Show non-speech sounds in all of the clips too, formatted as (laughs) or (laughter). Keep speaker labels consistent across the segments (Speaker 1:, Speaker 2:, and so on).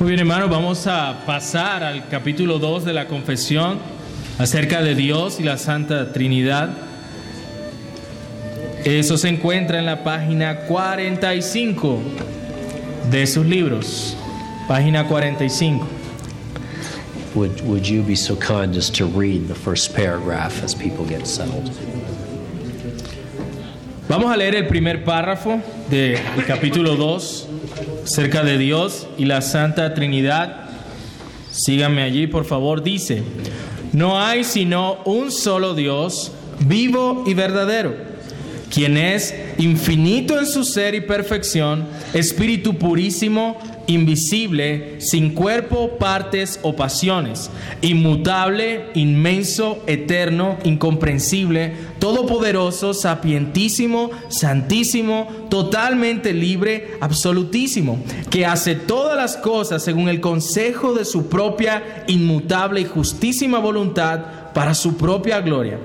Speaker 1: Muy bien, hermano, vamos a pasar al capítulo 2 de la confesión acerca de Dios y la Santa Trinidad. Eso se encuentra en la página 45 de sus libros. Página 45.
Speaker 2: Would, would you be so kind as to read the first paragraph as people get settled?
Speaker 1: Vamos a leer el primer párrafo del capítulo 2 acerca de Dios y la Santa Trinidad. Síganme allí, por favor. Dice, no hay sino un solo Dios, vivo y verdadero, quien es infinito en su ser y perfección, espíritu purísimo, invisible, sin cuerpo, partes o pasiones, inmutable, inmenso, eterno, incomprensible, todopoderoso, sapientísimo, santísimo, totalmente libre, absolutísimo, que hace todas las cosas según el consejo de su propia inmutable y justísima voluntad para su propia gloria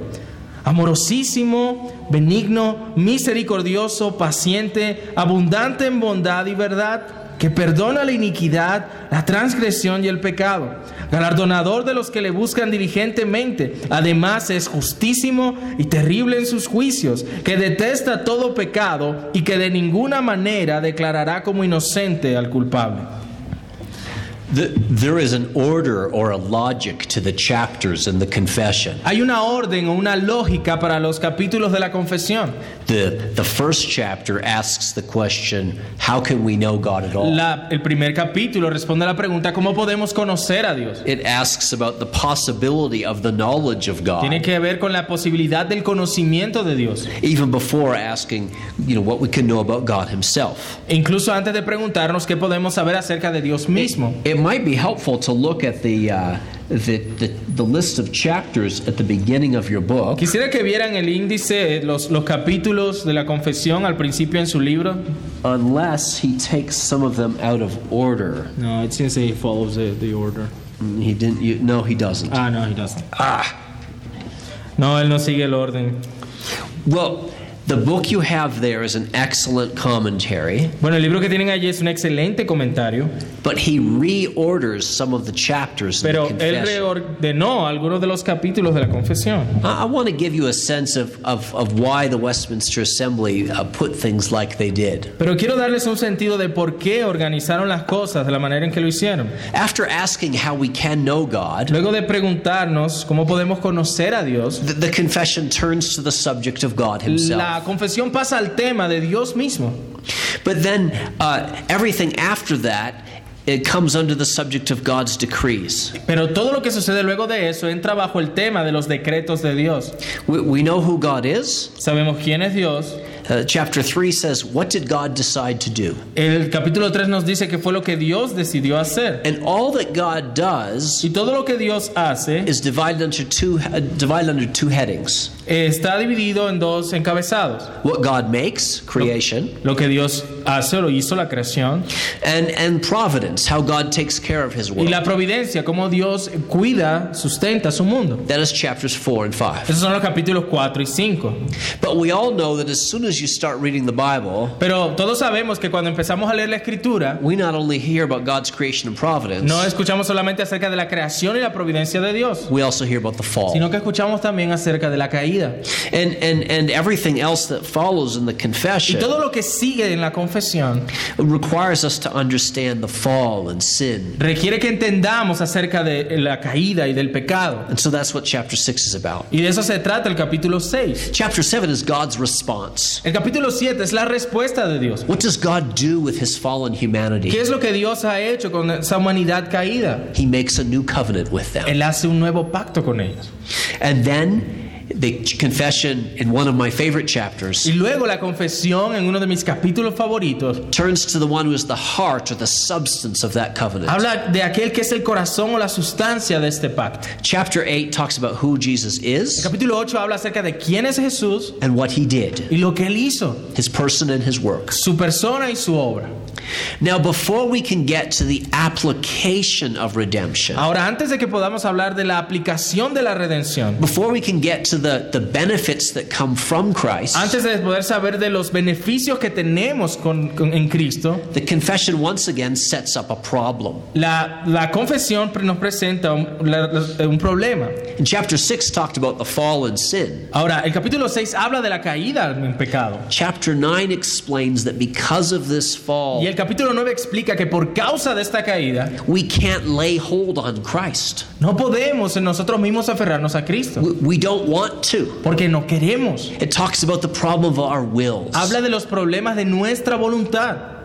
Speaker 1: amorosísimo, benigno, misericordioso, paciente, abundante en bondad y verdad, que perdona la iniquidad, la transgresión y el pecado, galardonador de los que le buscan diligentemente, además es justísimo y terrible en sus juicios, que detesta todo pecado y que de ninguna manera declarará como inocente al culpable.
Speaker 2: The, there is an order or a logic to the chapters in the confession.
Speaker 1: Hay una orden o una lógica para los capítulos de la confesión.
Speaker 2: The, the first chapter asks the question, How can we know God at all?
Speaker 1: La- el primer capítulo responde a la pregunta ¿cómo podemos conocer a Dios?
Speaker 2: It asks about the possibility of the knowledge of
Speaker 1: Tiene
Speaker 2: God,
Speaker 1: que ver con la posibilidad del conocimiento de Dios.
Speaker 2: even before asking, you know, what we can know about God Himself.
Speaker 1: E Incluso antes de preguntarnos qué podemos saber acerca de Dios mismo.
Speaker 2: It might be helpful to look at the, uh, the, the, the list of chapters at the beginning of your book.
Speaker 1: Quisiera que vieran el índice, eh, los, los capítulos de la confesión al principio en su libro.
Speaker 2: unless he takes some of them out of order.
Speaker 1: No, it seems he follows the, order.
Speaker 2: He didn't. You, no, he doesn't.
Speaker 1: Ah, no, he doesn't.
Speaker 2: ah.
Speaker 1: No, él no sigue el orden.
Speaker 2: Well, the book you have there is an excellent commentary,
Speaker 1: Bueno, el libro que tienen allí es un excelente comentario,
Speaker 2: but he reorders some of the chapters in
Speaker 1: pero
Speaker 2: the
Speaker 1: él
Speaker 2: confession.
Speaker 1: reordenó algunos de los capítulos de la confesión.
Speaker 2: I, I want to give you a sense of, of, of why the Westminster Assembly uh, put things like they did.
Speaker 1: Pero quiero darles un sentido de por qué organizaron las cosas de la manera en que lo hicieron.
Speaker 2: After asking how we can know God,
Speaker 1: Luego de preguntarnos cómo podemos conocer a Dios,
Speaker 2: the, the confession turns to the subject of God Himself.
Speaker 1: la confesión pasa al tema de Dios mismo.
Speaker 2: But then uh, everything after that, it comes under the subject of God's decrees.
Speaker 1: Pero todo lo que sucede luego de eso entra bajo el tema de los decretos de Dios.
Speaker 2: We, we know who God is.
Speaker 1: Sabemos quién es Dios.
Speaker 2: Uh, chapter 3 says, What did God decide to do?
Speaker 1: El capítulo 3 nos dice que fue lo que Dios decidió hacer.
Speaker 2: And all that God does
Speaker 1: Y todo lo que Dios hace
Speaker 2: is divided under two, uh, divided under two headings
Speaker 1: eh, está dividido en dos encabezados.
Speaker 2: what God makes, creation,
Speaker 1: Lo que Dios hace o lo hizo la creación
Speaker 2: and, and providence, how God takes care of his
Speaker 1: y
Speaker 2: world.
Speaker 1: la providencia, cómo Dios cuida, sustenta su mundo.
Speaker 2: That is chapters 4 and 5.
Speaker 1: Esos son los capítulos 4 y 5.
Speaker 2: But we all know that as soon as you start reading the Bible,
Speaker 1: Pero todos sabemos que cuando empezamos a leer la escritura,
Speaker 2: we not only hear about God's creation and providence,
Speaker 1: no escuchamos solamente acerca de la creación y la providencia de Dios,
Speaker 2: we also hear about the fall.
Speaker 1: sino que escuchamos también acerca de la caída.
Speaker 2: and and and everything else that follows in the
Speaker 1: Y
Speaker 2: confession
Speaker 1: todo lo que sigue en la confesión
Speaker 2: requires us to understand the fall and sin
Speaker 1: requiere que entendamos acerca de la caída y del pecado.
Speaker 2: and so that's what chapter 6 is about
Speaker 1: Y de eso se trata el capítulo 6.
Speaker 2: chapter 7 is god's response
Speaker 1: El capítulo 7 es la respuesta de Dios.
Speaker 2: what does god do with his fallen humanity
Speaker 1: ¿Qué es lo que Dios ha hecho con esa humanidad caída?
Speaker 2: he makes a new covenant with them
Speaker 1: Él hace un nuevo pacto con ellos.
Speaker 2: and then the confession in one of my favorite
Speaker 1: Y
Speaker 2: chapters
Speaker 1: luego la confesión en uno de mis capítulos favoritos
Speaker 2: turns to the one who is the heart or the substance of that covenant
Speaker 1: habla de aquel que es el corazón o la sustancia de este pacto.
Speaker 2: chapter 8 talks about who jesus
Speaker 1: El
Speaker 2: is
Speaker 1: capítulo 8 habla acerca de quién es Jesús
Speaker 2: and what he did
Speaker 1: y lo que él hizo,
Speaker 2: his person and his works
Speaker 1: su persona y su obra.
Speaker 2: Now, before we can get to the application of redemption,
Speaker 1: Ahora, antes de que podamos hablar de la aplicación de la redención,
Speaker 2: before we can get to the, the benefits that come from Christ,
Speaker 1: antes de poder saber de los beneficios que tenemos con- con- en Cristo,
Speaker 2: the confession once again sets up a problem.
Speaker 1: la, la confesión pre- nos presenta un, la- la- un problema.
Speaker 2: And chapter 6 talked about the fall and sin.
Speaker 1: Ahora, el capítulo 6 habla de la caída en pecado.
Speaker 2: Chapter 9 explains that because of this
Speaker 1: Y
Speaker 2: fall,
Speaker 1: el capítulo 9 explica que por causa de esta caída,
Speaker 2: we can't lay hold on Christ.
Speaker 1: no podemos en nosotros mismos aferrarnos a Cristo,
Speaker 2: We, we don't want to.
Speaker 1: porque no queremos.
Speaker 2: It talks about the problem of our wills.
Speaker 1: Habla de los problemas de nuestra voluntad.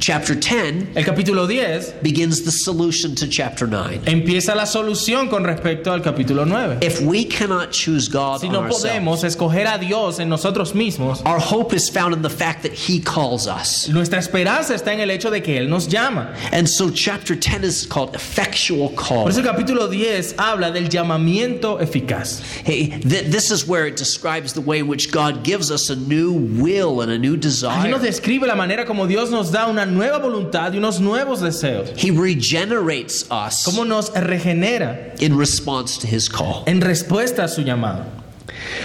Speaker 2: Chapter 10
Speaker 1: El capítulo 10
Speaker 2: begins the solution to chapter 9.
Speaker 1: empieza la solución con respecto al capítulo 9.
Speaker 2: If we cannot choose God
Speaker 1: Si
Speaker 2: on
Speaker 1: no
Speaker 2: ourselves,
Speaker 1: podemos escoger a Dios en nosotros mismos,
Speaker 2: our hope is found in the fact that He calls us.
Speaker 1: nuestra esperanza está en el hecho de que Él nos llama.
Speaker 2: And so, chapter 10 is called effectual call.
Speaker 1: Por eso el capítulo 10 habla del llamamiento eficaz.
Speaker 2: Hey, th- this is where it describes the way in which God gives us a new will and a new
Speaker 1: Allí nos
Speaker 2: desire.
Speaker 1: describe la manera como Dios nos da una nueva voluntad y unos nuevos deseos.
Speaker 2: He regenerates us
Speaker 1: Cómo nos regenera
Speaker 2: in response to His call.
Speaker 1: en respuesta a su llamado.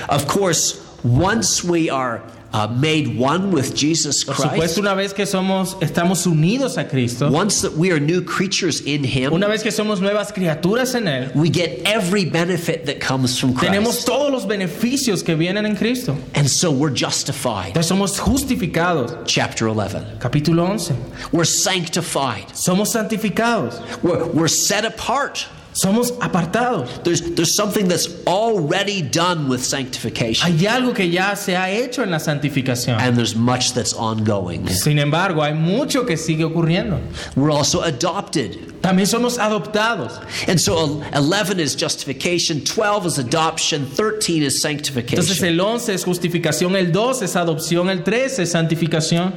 Speaker 2: Of course, once we are uh, made one with Jesus
Speaker 1: Por supuesto,
Speaker 2: Christ,
Speaker 1: una vez que somos, estamos unidos a Cristo,
Speaker 2: once that we are new creatures in Him,
Speaker 1: una vez que somos nuevas criaturas en Él,
Speaker 2: we get every benefit that comes from
Speaker 1: tenemos
Speaker 2: Christ.
Speaker 1: todos los beneficios que vienen en Cristo.
Speaker 2: And so we're justified.
Speaker 1: Entonces somos justificados.
Speaker 2: Chapter 11.
Speaker 1: Capítulo 11.
Speaker 2: We're sanctified.
Speaker 1: Somos santificados.
Speaker 2: We're, we're set apart.
Speaker 1: Somos apartados.
Speaker 2: There's, there's something that's already done with sanctification.
Speaker 1: Hay algo que ya se ha hecho en la santificación.
Speaker 2: and there's much that's ongoing.
Speaker 1: Sin embargo, hay mucho que sigue ocurriendo.
Speaker 2: We're also adopted.
Speaker 1: También somos adoptados.
Speaker 2: And so el- 11 is justification, 12 is adoption, 13
Speaker 1: Entonces
Speaker 2: is sanctification.
Speaker 1: el 11 es justificación, el 12 es adopción, el 13 es santificación.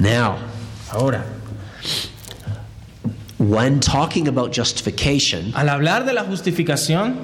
Speaker 2: Now,
Speaker 1: Ahora,
Speaker 2: when talking about justification,
Speaker 1: al hablar de la justificación,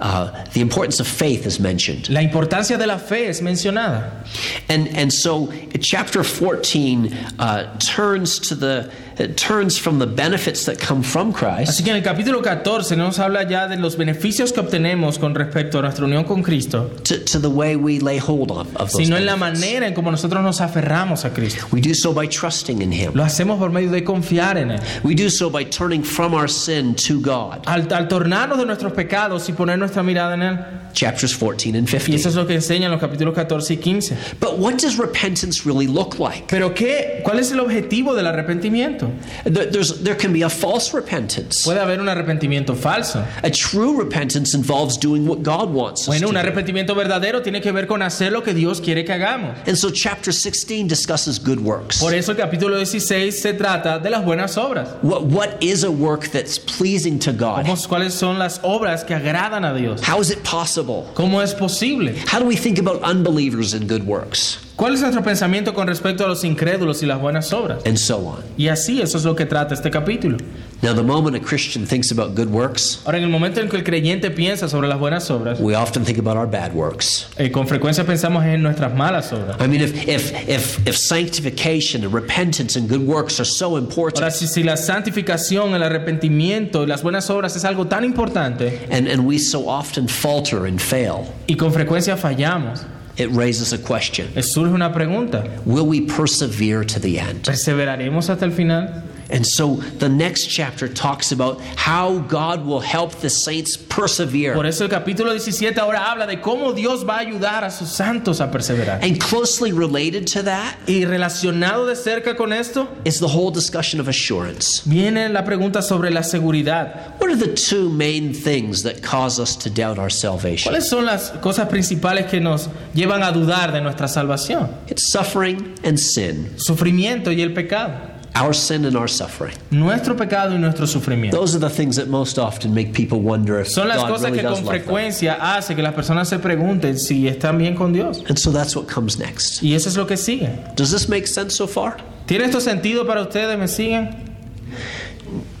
Speaker 2: uh, the importance of faith is mentioned.
Speaker 1: la importancia de la fe es mencionada.
Speaker 2: And, and so chapter 14 uh, turns to the it turns from the benefits that come from Christ
Speaker 1: Así que en el capítulo 14 nos habla ya de los beneficios que obtenemos con respecto a nuestra unión con Cristo,
Speaker 2: to, to the way we lay hold of, of those
Speaker 1: sino en la
Speaker 2: benefits.
Speaker 1: manera en como nosotros nos aferramos a Cristo.
Speaker 2: We do so by trusting in Him.
Speaker 1: Lo hacemos por medio de confiar en Él.
Speaker 2: We do so by turning from our sin to God.
Speaker 1: Al, al tornarnos de nuestros pecados y poner nuestra mirada en Él.
Speaker 2: chapters 14 and
Speaker 1: Y eso
Speaker 2: 15.
Speaker 1: es lo que enseñan los capítulos 14 y 15.
Speaker 2: But what does repentance really look like?
Speaker 1: Pero ¿qué, ¿cuál es el objetivo del arrepentimiento?
Speaker 2: There, there's, there can be a false repentance.
Speaker 1: Puede haber un arrepentimiento falso.
Speaker 2: A true repentance involves doing what God wants us
Speaker 1: Bueno, un
Speaker 2: to do.
Speaker 1: arrepentimiento verdadero tiene que ver con hacer lo que Dios quiere que hagamos.
Speaker 2: And so chapter 16 discusses good works.
Speaker 1: Por e- eso el capítulo 16 se trata de las buenas obras.
Speaker 2: What, what is a work that's pleasing to God?
Speaker 1: Vamos, ¿Cuáles son las obras que agradan a Dios?
Speaker 2: How is it possible?
Speaker 1: ¿Cómo es posible?
Speaker 2: How do we think about unbelievers and good works?
Speaker 1: ¿Cuál es nuestro pensamiento con respecto a los incrédulos y las buenas obras?
Speaker 2: And so on.
Speaker 1: Y así, eso es lo que trata este capítulo.
Speaker 2: Now, the moment a Christian thinks about good works,
Speaker 1: Ahora, en el momento en que el creyente piensa sobre las buenas obras,
Speaker 2: we often think about our bad works.
Speaker 1: eh, con frecuencia pensamos en nuestras malas obras.
Speaker 2: I mean, if, if, if, if sanctification and repentance and good works are so important,
Speaker 1: Ahora, si, si la santificación, el arrepentimiento y las buenas obras es algo tan importante
Speaker 2: and, and we so often falter and fail,
Speaker 1: y con frecuencia fallamos,
Speaker 2: it raises a question
Speaker 1: eh, surge una pregunta.
Speaker 2: Will we persevere to the end?
Speaker 1: ¿Perseveraremos hasta el final?
Speaker 2: And so the next chapter talks about how God will help the saints
Speaker 1: Por
Speaker 2: persevere.
Speaker 1: eso el capítulo 17 ahora habla de cómo Dios va a ayudar a sus santos a perseverar.
Speaker 2: And closely related to that
Speaker 1: Y relacionado de cerca con esto,
Speaker 2: is the whole discussion of assurance.
Speaker 1: viene la pregunta sobre la seguridad.
Speaker 2: What are the two main things that cause us to doubt our salvation?
Speaker 1: ¿Cuáles son las cosas principales que nos llevan a dudar de nuestra salvación?
Speaker 2: It's suffering and sin,
Speaker 1: Sufrimiento y el pecado.
Speaker 2: our sin and our suffering.
Speaker 1: Nuestro pecado y nuestro sufrimiento.
Speaker 2: Those are the things that most often make people wonder if
Speaker 1: Son las
Speaker 2: God
Speaker 1: cosas
Speaker 2: really
Speaker 1: que
Speaker 2: does
Speaker 1: con
Speaker 2: love them.
Speaker 1: frecuencia hace que las personas se pregunten si están bien con Dios.
Speaker 2: And so that's what comes next.
Speaker 1: Y eso es lo que sigue.
Speaker 2: Does this make sense so far?
Speaker 1: ¿Tiene esto sentido para ustedes? ¿Me siguen?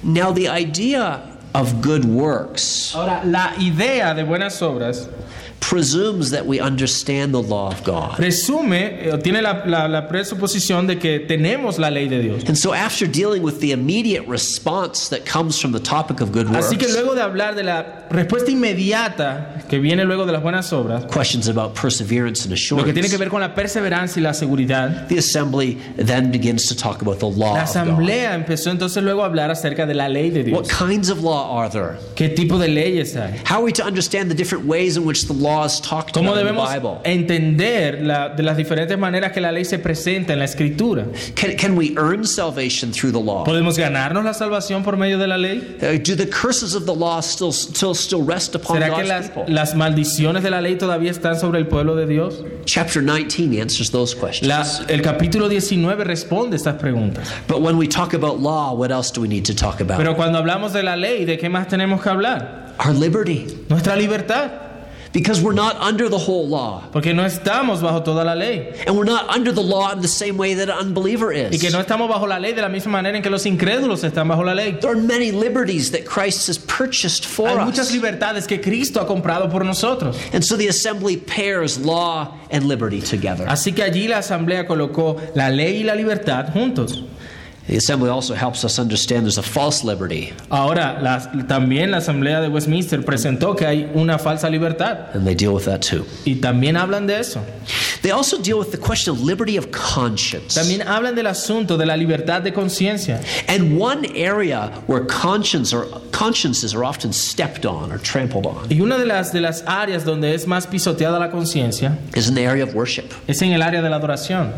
Speaker 2: Now, the idea of good works
Speaker 1: Ahora, la idea de buenas obras
Speaker 2: presumes that we understand the law of God.
Speaker 1: presume, eh, tiene la, la- la presuposición de que tenemos la ley de Dios.
Speaker 2: And so, after dealing with the immediate response that comes from the topic of good works,
Speaker 1: Así que luego de hablar de la respuesta inmediata que viene luego de las buenas obras,
Speaker 2: questions about perseverance and
Speaker 1: lo que tiene
Speaker 2: assurance,
Speaker 1: que ver con la perseverancia y la seguridad,
Speaker 2: the assembly then begins to talk about the law
Speaker 1: la
Speaker 2: of God.
Speaker 1: asamblea empezó entonces luego a hablar acerca de la ley de
Speaker 2: What
Speaker 1: Dios.
Speaker 2: kinds of law are there?
Speaker 1: ¿Qué tipo de leyes hay?
Speaker 2: How are we to understand the different ways in which the law is talked
Speaker 1: ¿Cómo
Speaker 2: about in the
Speaker 1: debemos
Speaker 2: Bible?
Speaker 1: entender la- de las diferentes maneras que la ley se presenta en la escritura?
Speaker 2: Can, can we earn salvation through the law?
Speaker 1: ¿Podemos ganarnos la salvación por medio de la ley?
Speaker 2: Uh, do the curses of the law still still still rest upon
Speaker 1: ¿Será que
Speaker 2: God's
Speaker 1: las,
Speaker 2: people?
Speaker 1: las maldiciones de la ley todavía están sobre el pueblo de Dios?
Speaker 2: Chapter 19 answers those questions.
Speaker 1: La- el capítulo 19 responde estas preguntas.
Speaker 2: but when we talk about law, what else do we need to talk about?
Speaker 1: Pero cuando hablamos de la ley, ¿de qué más tenemos que hablar?
Speaker 2: Our liberty,
Speaker 1: Nuestra libertad,
Speaker 2: because we're not under the whole law,
Speaker 1: porque no estamos bajo toda la ley
Speaker 2: and we're not under the law in the same way that an unbeliever
Speaker 1: y que
Speaker 2: is.
Speaker 1: no estamos bajo la ley de la misma manera en que los incrédulos están bajo la ley.
Speaker 2: There are many liberties that Christ has purchased for
Speaker 1: Hay
Speaker 2: us,
Speaker 1: muchas libertades que Cristo ha comprado por nosotros.
Speaker 2: and so the assembly pairs law and liberty together.
Speaker 1: Así que allí la asamblea colocó la ley y la libertad juntos.
Speaker 2: The assembly also helps us understand there's a false liberty,
Speaker 1: Ahora, la- también la asamblea de Westminster presentó que hay una falsa libertad
Speaker 2: and they deal with that too.
Speaker 1: y también hablan de eso.
Speaker 2: They also deal with the question of liberty of conscience.
Speaker 1: También hablan del asunto de la libertad de conciencia.
Speaker 2: And one area where conscience or consciences are often stepped on or trampled on
Speaker 1: Y una de las, de las áreas donde es más pisoteada la conciencia
Speaker 2: is in the area of worship.
Speaker 1: es en el área de la adoración.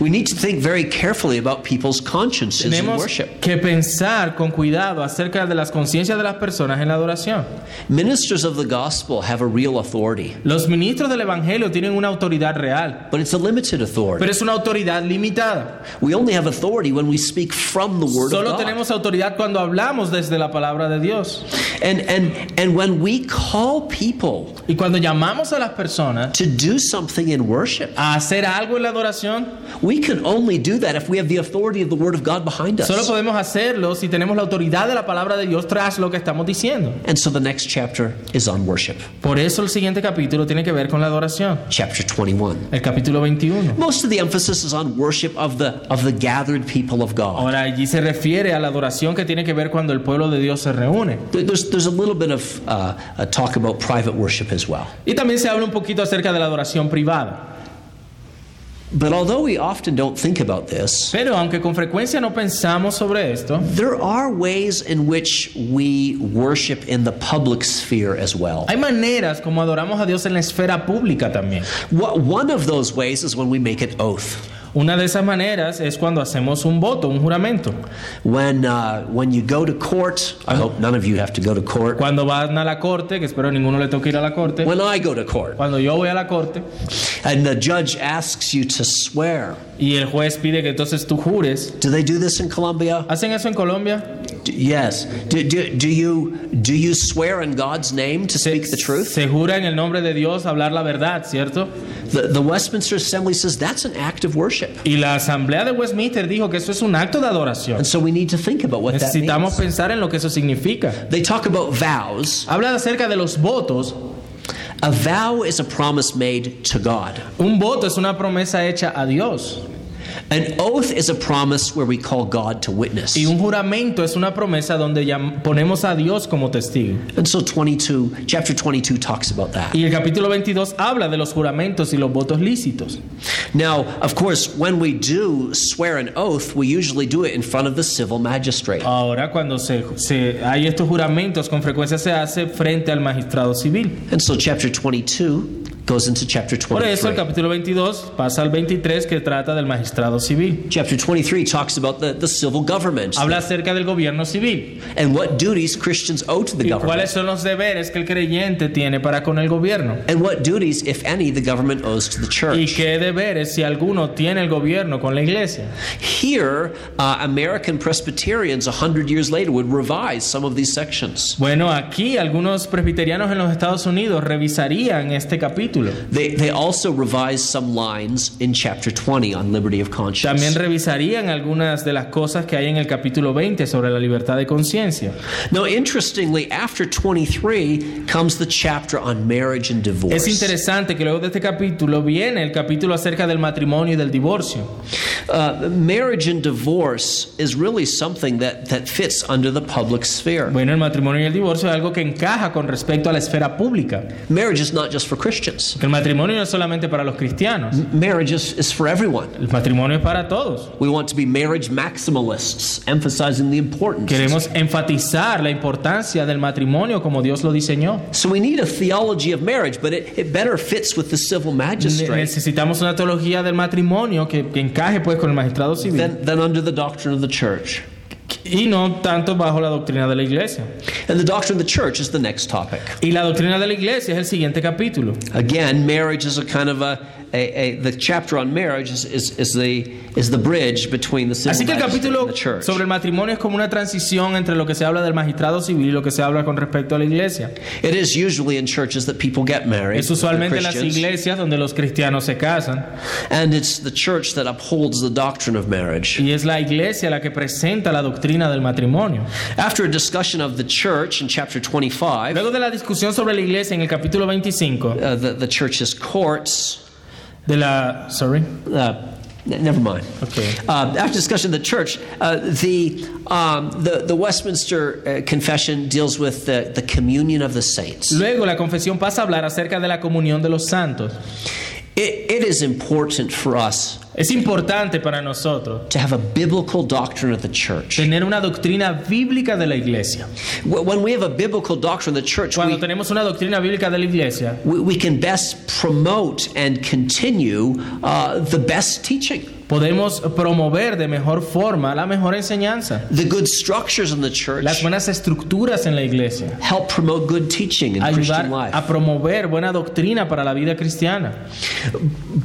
Speaker 2: We need to think very carefully about people's consciences in
Speaker 1: Tenemos
Speaker 2: worship.
Speaker 1: que pensar con cuidado acerca de las conciencias de las personas en la adoración.
Speaker 2: Ministers of the gospel have a real authority,
Speaker 1: Los ministros del Evangelio tienen una autoridad real,
Speaker 2: but it's a limited authority.
Speaker 1: pero es una autoridad limitada.
Speaker 2: We only have authority when we speak from the word
Speaker 1: Solo
Speaker 2: of God.
Speaker 1: tenemos autoridad cuando hablamos desde la palabra de Dios.
Speaker 2: And and and when we call people
Speaker 1: Y cuando llamamos a las personas
Speaker 2: to do something in worship,
Speaker 1: a hacer algo en la adoración,
Speaker 2: we can only do that if we have the authority of the word of God behind us.
Speaker 1: solo podemos hacerlo si tenemos la autoridad de la palabra de Dios tras lo que estamos diciendo.
Speaker 2: And so the next chapter is on worship,
Speaker 1: Por eso el siguiente capítulo tiene que ver con la adoración.
Speaker 2: chapter 21.
Speaker 1: El capítulo 21.
Speaker 2: Most of the emphasis is on worship of the of the gathered people of God.
Speaker 1: Ahora allí se refiere a la adoración que tiene que ver cuando el pueblo de Dios se reúne.
Speaker 2: There- There's there's a little bit of uh, a talk about private worship as well.
Speaker 1: Y también se habla un poquito acerca de la adoración privada.
Speaker 2: But although we often don't think about this,
Speaker 1: Pero aunque con frecuencia no pensamos sobre esto,
Speaker 2: there are ways in which we worship in the public sphere as well.
Speaker 1: hay maneras como adoramos a Dios en la esfera pública también.
Speaker 2: Wha- One of those ways is when we make an oath.
Speaker 1: Una de esas maneras es cuando hacemos un voto, un juramento.
Speaker 2: When uh, when you go to court, I hope none of you have to go to court.
Speaker 1: Cuando van a la corte, que espero ninguno le toque ir a la corte,
Speaker 2: When I go to court,
Speaker 1: cuando yo voy a la corte
Speaker 2: and the judge asks you to swear,
Speaker 1: y el juez pide que entonces tú jures,
Speaker 2: do they do this in Colombia?
Speaker 1: ¿hacen eso en Colombia?
Speaker 2: D- Yes. Do, do, do you do you swear in God's name to speak the truth?
Speaker 1: Se jura en el nombre de Dios hablar la verdad, ¿cierto?
Speaker 2: The, the Westminster Assembly says that's an act of worship,
Speaker 1: Y la asamblea de Westminster dijo que eso es un acto de adoración.
Speaker 2: and so we need to think about what that
Speaker 1: Necesitamos
Speaker 2: means.
Speaker 1: pensar en lo que eso significa.
Speaker 2: They talk about vows.
Speaker 1: Habla acerca de los votos.
Speaker 2: A vow is a promise made to God.
Speaker 1: Un voto es una promesa hecha a Dios
Speaker 2: An oath is a promise where we call God to witness.
Speaker 1: y un juramento es una promesa donde llam- ponemos a Dios como testigo.
Speaker 2: And so 22, chapter 22 talks about that.
Speaker 1: Y el capítulo 22 habla de los juramentos y los votos lícitos.
Speaker 2: Now, of course, when we do swear an oath, we usually do it in front of the civil magistrate.
Speaker 1: Ahora, cuando se, se- hay estos juramentos, con frecuencia se hace frente al magistrado civil.
Speaker 2: And so chapter 22 goes into chapter
Speaker 1: Por eso el
Speaker 2: 23.
Speaker 1: capítulo 22 pasa al 23 que trata del magistrado civil.
Speaker 2: Chapter 23 talks about the, the civil government
Speaker 1: Habla acerca del gobierno civil
Speaker 2: and what duties Christians owe to the
Speaker 1: y
Speaker 2: government.
Speaker 1: cuáles son los deberes que el creyente tiene para con el gobierno.
Speaker 2: And what duties, if any, the government owes to the
Speaker 1: ¿Y
Speaker 2: church.
Speaker 1: qué deberes, si alguno, tiene el gobierno con la iglesia?
Speaker 2: Here, uh, American Presbyterians 100 years later would revise some of these sections.
Speaker 1: Bueno, aquí algunos presbiterianos en los Estados Unidos revisarían este capítulo.
Speaker 2: They, they also revised some lines in chapter 20 on liberty of conscience.
Speaker 1: También revisarían algunas de las cosas que hay en el capítulo 20 sobre la libertad de conciencia.
Speaker 2: Now, interestingly, after 23 comes the chapter on marriage and
Speaker 1: Es
Speaker 2: divorce.
Speaker 1: interesante que luego de este capítulo viene el capítulo acerca del matrimonio y del divorcio.
Speaker 2: Uh, marriage and divorce is really something that, that fits under the public sphere.
Speaker 1: Bueno, el matrimonio y el divorcio es algo que encaja con respecto a la esfera pública.
Speaker 2: Marriage is not just for Christians,
Speaker 1: El matrimonio no es solamente para los cristianos,
Speaker 2: marriage is, is for everyone.
Speaker 1: el matrimonio es para todos.
Speaker 2: We want to be marriage maximalists, emphasizing the importance.
Speaker 1: Queremos enfatizar la importancia del matrimonio como Dios lo diseñó.
Speaker 2: So we need a theology of marriage, but it, it better fits with the civil
Speaker 1: Ne-
Speaker 2: magistrate
Speaker 1: Necesitamos una teología del matrimonio que, que encaje pues con el magistrado civil
Speaker 2: than, than under the doctrine of the church.
Speaker 1: y no tanto bajo la doctrina de la iglesia.
Speaker 2: And the doctrine of the church is the next topic.
Speaker 1: Y la doctrina de la iglesia es el siguiente capítulo.
Speaker 2: Again, marriage is a kind of a, a, a the chapter on marriage is, is, is the is the bridge between the civil
Speaker 1: Así que el
Speaker 2: magistrate
Speaker 1: capítulo
Speaker 2: and the church.
Speaker 1: sobre el matrimonio es como una transición entre lo que se habla del magistrado civil y lo que se habla con respecto a la iglesia.
Speaker 2: It is usually in churches that people get married.
Speaker 1: Es usualmente en
Speaker 2: they're
Speaker 1: las
Speaker 2: Christians,
Speaker 1: iglesias donde los cristianos se casan
Speaker 2: and it's the church that upholds the doctrine of marriage.
Speaker 1: y es la iglesia la que presenta la doctrina del matrimonio.
Speaker 2: After a discussion of the church in chapter 25,
Speaker 1: Luego de la discusión sobre la iglesia en el capítulo 25
Speaker 2: uh, the, the church's courts.
Speaker 1: de la sorry,
Speaker 2: Uh, n- never mind.
Speaker 1: Okay.
Speaker 2: Uh, after discussion of the church, uh, the, um, the the Westminster uh, Confession deals with the, the communion of the saints.
Speaker 1: Luego la confesión pasa a hablar acerca de la comunión de los santos.
Speaker 2: It, it is important for us
Speaker 1: Es importante para nosotros
Speaker 2: to have a biblical doctrine of the church.
Speaker 1: tener una doctrina bíblica de la iglesia.
Speaker 2: Wh- When we have a biblical doctrine of the church,
Speaker 1: Cuando
Speaker 2: we,
Speaker 1: tenemos una doctrina bíblica de la iglesia,
Speaker 2: we, we can best promote and continue uh, the best teaching.
Speaker 1: podemos promover de mejor forma la mejor enseñanza.
Speaker 2: The good structures in the church
Speaker 1: Las buenas estructuras en la iglesia.
Speaker 2: help promote good teaching in
Speaker 1: Ayudar
Speaker 2: Christian life.
Speaker 1: a promover buena doctrina para la vida cristiana.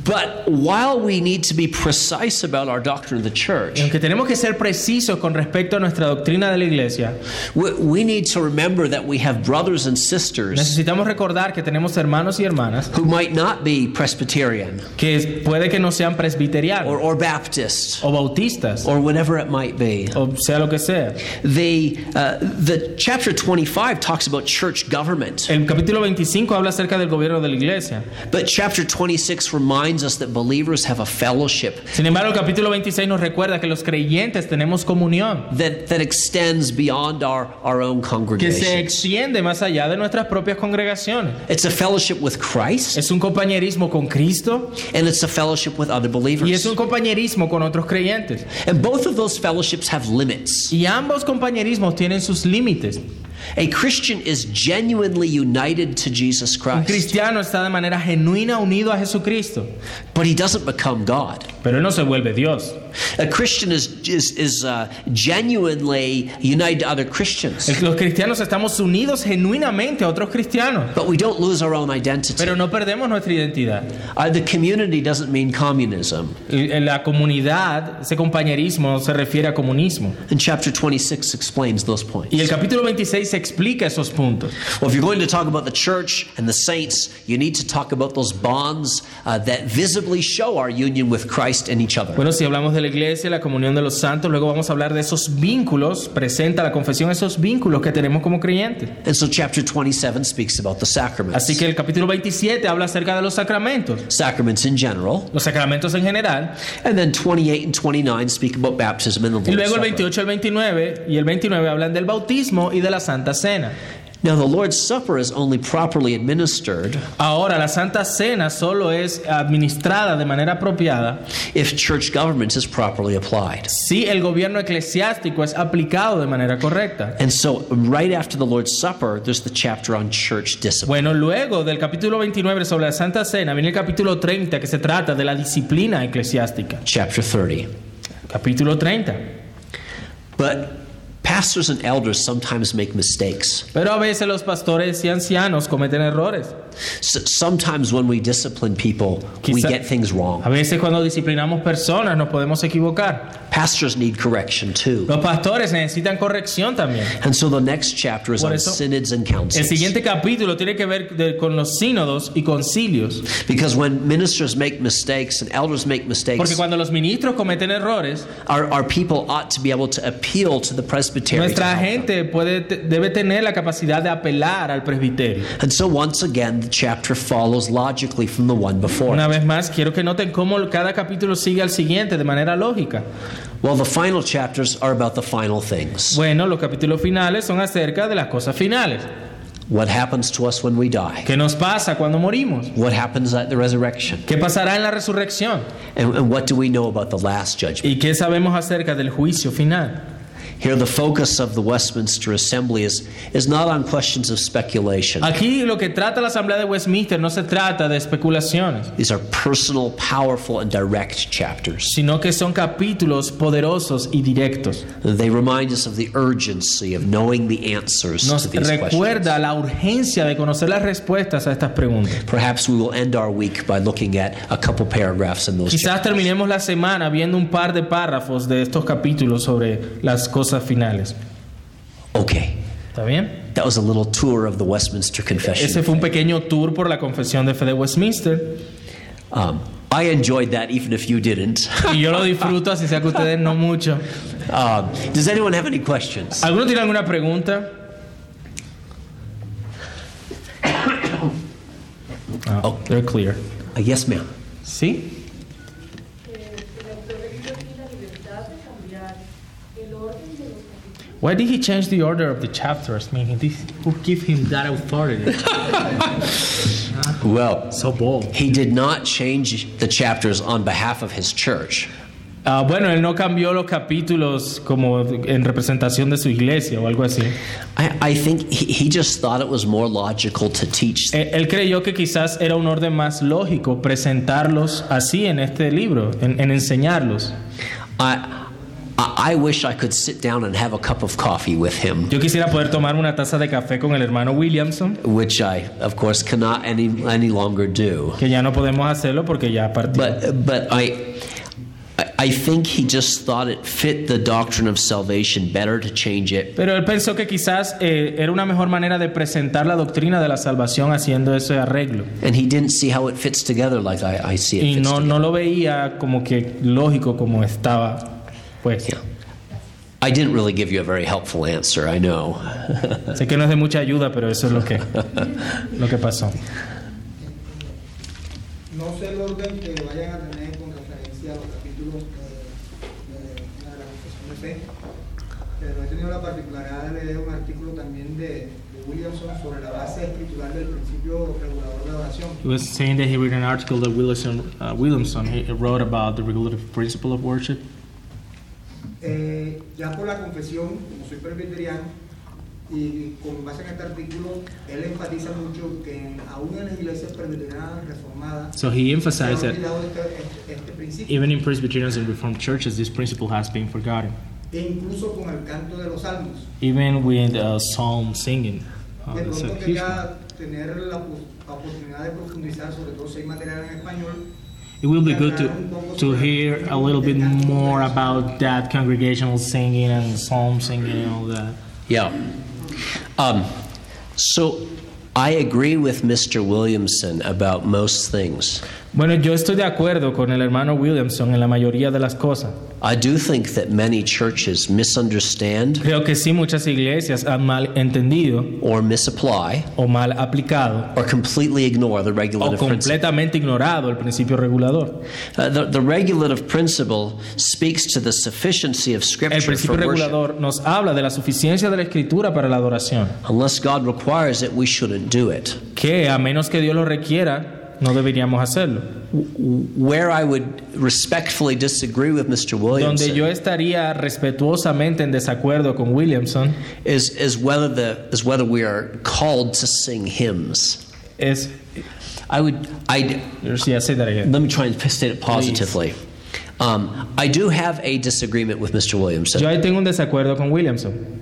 Speaker 2: But while we need to be precise about our doctrine of the
Speaker 1: Y
Speaker 2: church,
Speaker 1: aunque tenemos que ser precisos con respecto a nuestra doctrina de la iglesia,
Speaker 2: we, we need to remember that we have brothers and sisters
Speaker 1: necesitamos recordar que tenemos hermanos y hermanas
Speaker 2: who might not be Presbyterian
Speaker 1: que puede que no sean
Speaker 2: or,
Speaker 1: presbiterianos
Speaker 2: or Baptist
Speaker 1: o bautistas
Speaker 2: or whatever it might be.
Speaker 1: o sea lo que sea.
Speaker 2: The, uh, the chapter 25 talks about church government,
Speaker 1: El capítulo 25 habla acerca del gobierno de la iglesia.
Speaker 2: but chapter 26 reminds us that believers have a fellowship
Speaker 1: Sin embargo, el capítulo 26 nos recuerda que los creyentes tenemos comunión
Speaker 2: that, that extends beyond our, our own
Speaker 1: que se
Speaker 2: congregation.
Speaker 1: extiende más allá de nuestras propias congregaciones.
Speaker 2: It's a fellowship with Christ
Speaker 1: Es un compañerismo con Cristo
Speaker 2: and it's a fellowship with other
Speaker 1: y es
Speaker 2: believers.
Speaker 1: un compañerismo con otros creyentes.
Speaker 2: And both of those fellowships have limits.
Speaker 1: Y ambos compañerismos tienen sus límites.
Speaker 2: A Christian is genuinely united to Jesus
Speaker 1: Un
Speaker 2: Christ,
Speaker 1: cristiano está de manera genuina unido a Jesucristo,
Speaker 2: but he doesn't become God.
Speaker 1: pero él no se vuelve Dios.
Speaker 2: A Christian is, is, is uh, genuinely united to other Christians,
Speaker 1: El- Los cristianos estamos unidos genuinamente a otros cristianos,
Speaker 2: but we don't lose our own identity.
Speaker 1: pero no perdemos nuestra identidad.
Speaker 2: Uh, the community doesn't mean communism.
Speaker 1: Y- La comunidad, ese compañerismo se refiere a comunismo.
Speaker 2: And chapter 26 explains those points.
Speaker 1: Y el capítulo 26 explica esos puntos.
Speaker 2: Well, if you're going to talk about the church and the saints, you need to talk about those bonds uh, that visibly show our union with Christ and each other.
Speaker 1: Bueno, si hablamos de la iglesia, la comunión de los santos, luego vamos a hablar de esos vínculos, presenta la confesión, esos vínculos que tenemos como creyentes.
Speaker 2: And so chapter 27 speaks about the sacraments.
Speaker 1: Así que el capítulo 27 habla acerca de los sacramentos,
Speaker 2: sacraments in general.
Speaker 1: los sacramentos en general,
Speaker 2: And then 28 and 29 speak about baptism and the
Speaker 1: y
Speaker 2: Lord's
Speaker 1: luego el
Speaker 2: Supper.
Speaker 1: 28 al 29 y el 29 hablan del bautismo y de la Santa Cena.
Speaker 2: Now, the Lord's Supper is only properly administered
Speaker 1: Ahora, la Santa Cena solo es administrada de manera apropiada
Speaker 2: if church government is properly applied.
Speaker 1: si el gobierno eclesiástico es aplicado de manera correcta.
Speaker 2: And so, right after the Lord's Supper, there's the chapter on church discipline.
Speaker 1: Bueno, luego del capítulo 29 sobre la Santa Cena viene el capítulo 30 que se trata de la disciplina eclesiástica.
Speaker 2: Chapter 30.
Speaker 1: Capítulo 30.
Speaker 2: But pastors and elders sometimes make mistakes.
Speaker 1: Pero a veces los pastores y ancianos cometen errores.
Speaker 2: S- sometimes when we discipline people, we
Speaker 1: Quizá-
Speaker 2: get things
Speaker 1: A
Speaker 2: wrong.
Speaker 1: veces cuando disciplinamos personas nos podemos equivocar.
Speaker 2: Pastors need correction too.
Speaker 1: Los pastores necesitan corrección también.
Speaker 2: And so the next chapter is
Speaker 1: Por
Speaker 2: on
Speaker 1: eso,
Speaker 2: synods and
Speaker 1: El
Speaker 2: councils.
Speaker 1: siguiente capítulo tiene que ver de- con los sínodos y concilios.
Speaker 2: Because when ministers make mistakes and elders make
Speaker 1: Porque
Speaker 2: mistakes,
Speaker 1: cuando los ministros cometen errores,
Speaker 2: our, our people ought to be able to appeal to the presbytery. to
Speaker 1: nuestra
Speaker 2: help
Speaker 1: gente
Speaker 2: them.
Speaker 1: puede, te- debe tener la capacidad de apelar al presbiterio.
Speaker 2: And so once again, the chapter follows logically from the one before.
Speaker 1: Una vez más, quiero que noten cómo cada capítulo sigue al siguiente de manera lógica.
Speaker 2: Well, the final chapters are about the final things.
Speaker 1: Bueno, los capítulos finales son acerca de las cosas finales.
Speaker 2: What happens to us when we die?
Speaker 1: ¿Qué nos pasa cuando morimos?
Speaker 2: What happens at the resurrection?
Speaker 1: ¿Qué pasará en la resurrección?
Speaker 2: And, and what do we know about the last judgment?
Speaker 1: ¿Y qué sabemos acerca del juicio final?
Speaker 2: Here, the focus of the Westminster Assembly is, is not on questions of speculation.
Speaker 1: Aquí lo que trata la Asamblea de Westminster no se trata de especulaciones,
Speaker 2: These are personal, powerful, and direct chapters.
Speaker 1: sino que son capítulos poderosos y directos.
Speaker 2: They remind us of the urgency of knowing the answers to
Speaker 1: Nos
Speaker 2: these questions.
Speaker 1: recuerda la urgencia de conocer las respuestas a estas preguntas.
Speaker 2: Perhaps we will end our week by looking at a couple paragraphs in those
Speaker 1: Quizás
Speaker 2: chapters.
Speaker 1: terminemos la semana viendo un par de párrafos de estos capítulos sobre las cosas finales.
Speaker 2: Okay,
Speaker 1: ¿Está bien?
Speaker 2: that was a little tour of the Westminster
Speaker 1: Ese
Speaker 2: Confession.
Speaker 1: fue un pequeño tour por la confesión de fe de Westminster.
Speaker 2: Um, I enjoyed that, even if you didn't.
Speaker 1: Y yo lo disfruto, así sea que ustedes no mucho.
Speaker 2: Um, does anyone have any questions?
Speaker 1: ¿Alguno tiene alguna pregunta? Ah,
Speaker 2: Oh.
Speaker 1: they're clear.
Speaker 2: Uh, yes, ma'am.
Speaker 1: ¿Sí?
Speaker 3: el autor reconoció la libertad de cambiar el orden de los capítulos.
Speaker 1: Why did he change the order of the chapters? I mean, this, who give him that authority?
Speaker 2: Well,
Speaker 1: so bold.
Speaker 2: he did not change the chapters on behalf of his church.
Speaker 1: Ah, bueno, él no cambió los capítulos como en representación de su iglesia o algo así.
Speaker 2: I, I think he, he just thought it was more logical to teach.
Speaker 1: Eh, Él creyó que quizás era un orden más lógico presentarlos así en este libro, en- en enseñarlos.
Speaker 2: I, I, I wish I could sit down and have a cup of coffee with him,
Speaker 1: Yo quisiera poder tomarme una taza de café con el hermano Williamson,
Speaker 2: which I, of course, cannot any, any longer do.
Speaker 1: que ya no podemos hacerlo porque ya partió.
Speaker 2: But, but I, I I think he just thought it fit the doctrine of salvation better to change it.
Speaker 1: Pero él pensó que quizás eh, era una mejor manera de presentar la doctrina de la salvación haciendo ese arreglo.
Speaker 2: And he didn't see how it fits together like I, I see it
Speaker 1: Y
Speaker 2: fits
Speaker 1: no,
Speaker 2: together.
Speaker 1: no lo veía como que lógico como estaba. Pues
Speaker 2: Yeah. I didn't really give you a very helpful answer, I know. (laughs)
Speaker 1: sé que no es de mucha ayuda, pero eso es lo que, lo que pasó.
Speaker 4: No sé el orden que vayan a tener con referencia a los capítulos de, de- de la confesión de fe, pero he tenido la particularidad de leer un artículo también de, de Williamson sobre la base escritural del principio regulador de la oración.
Speaker 1: He was saying that he read an article that Williamson, uh, Williamson wrote about the regulative principle of worship.
Speaker 4: Eh, ya por la confesión, como soy presbiteriano, y con base en este artículo, él enfatiza mucho que en- aún en las iglesias presbiterianas reformadas
Speaker 1: So he
Speaker 4: se ha
Speaker 1: emphasized
Speaker 4: olvidado este- este- este principio.
Speaker 1: even in Presbyterians and Reformed churches, this principle has been forgotten.
Speaker 4: e incluso con el canto de los salmos.
Speaker 1: even with uh, psalm singing. Uh,
Speaker 4: De
Speaker 1: it's a
Speaker 4: pronto
Speaker 1: huge one.
Speaker 4: quería tener la pos- la oportunidad de profundizar sobre todo si hay material en español. eh,
Speaker 1: It will be good to, to hear a little bit more about that congregational singing and psalm singing and all that.
Speaker 2: Yeah. Um, so I agree with Mr. Williamson about most things.
Speaker 1: Bueno, yo estoy de acuerdo con el hermano Williamson en la mayoría de las cosas.
Speaker 2: I do think that many churches misunderstand
Speaker 1: Creo que sí, muchas iglesias han mal entendido
Speaker 2: or misapply
Speaker 1: o mal aplicado
Speaker 2: or completely ignore the
Speaker 1: o
Speaker 2: regulative principle.
Speaker 1: completamente ignorado el principio regulador.
Speaker 2: Uh, the, the regulative principle speaks to the sufficiency of
Speaker 1: El
Speaker 2: Scripture for
Speaker 1: principio
Speaker 2: worship.
Speaker 1: regulador nos habla de la suficiencia de la escritura para la adoración,
Speaker 2: Unless God requires it, we shouldn't do it.
Speaker 1: que a menos que Dios lo requiera, no deberíamos hacerlo.
Speaker 2: Where I would respectfully disagree with Mr.
Speaker 1: Donde
Speaker 2: Williamson
Speaker 1: yo estaría respetuosamente en desacuerdo con Williamson
Speaker 2: is, is whether the is whether we are called to sing hymns.
Speaker 1: es.
Speaker 2: I would I
Speaker 1: Sí, I said that again.
Speaker 2: let me try and state it positively. Um, I do have a disagreement with Mr. Williamson.
Speaker 1: Yo ahí tengo un desacuerdo con Williamson.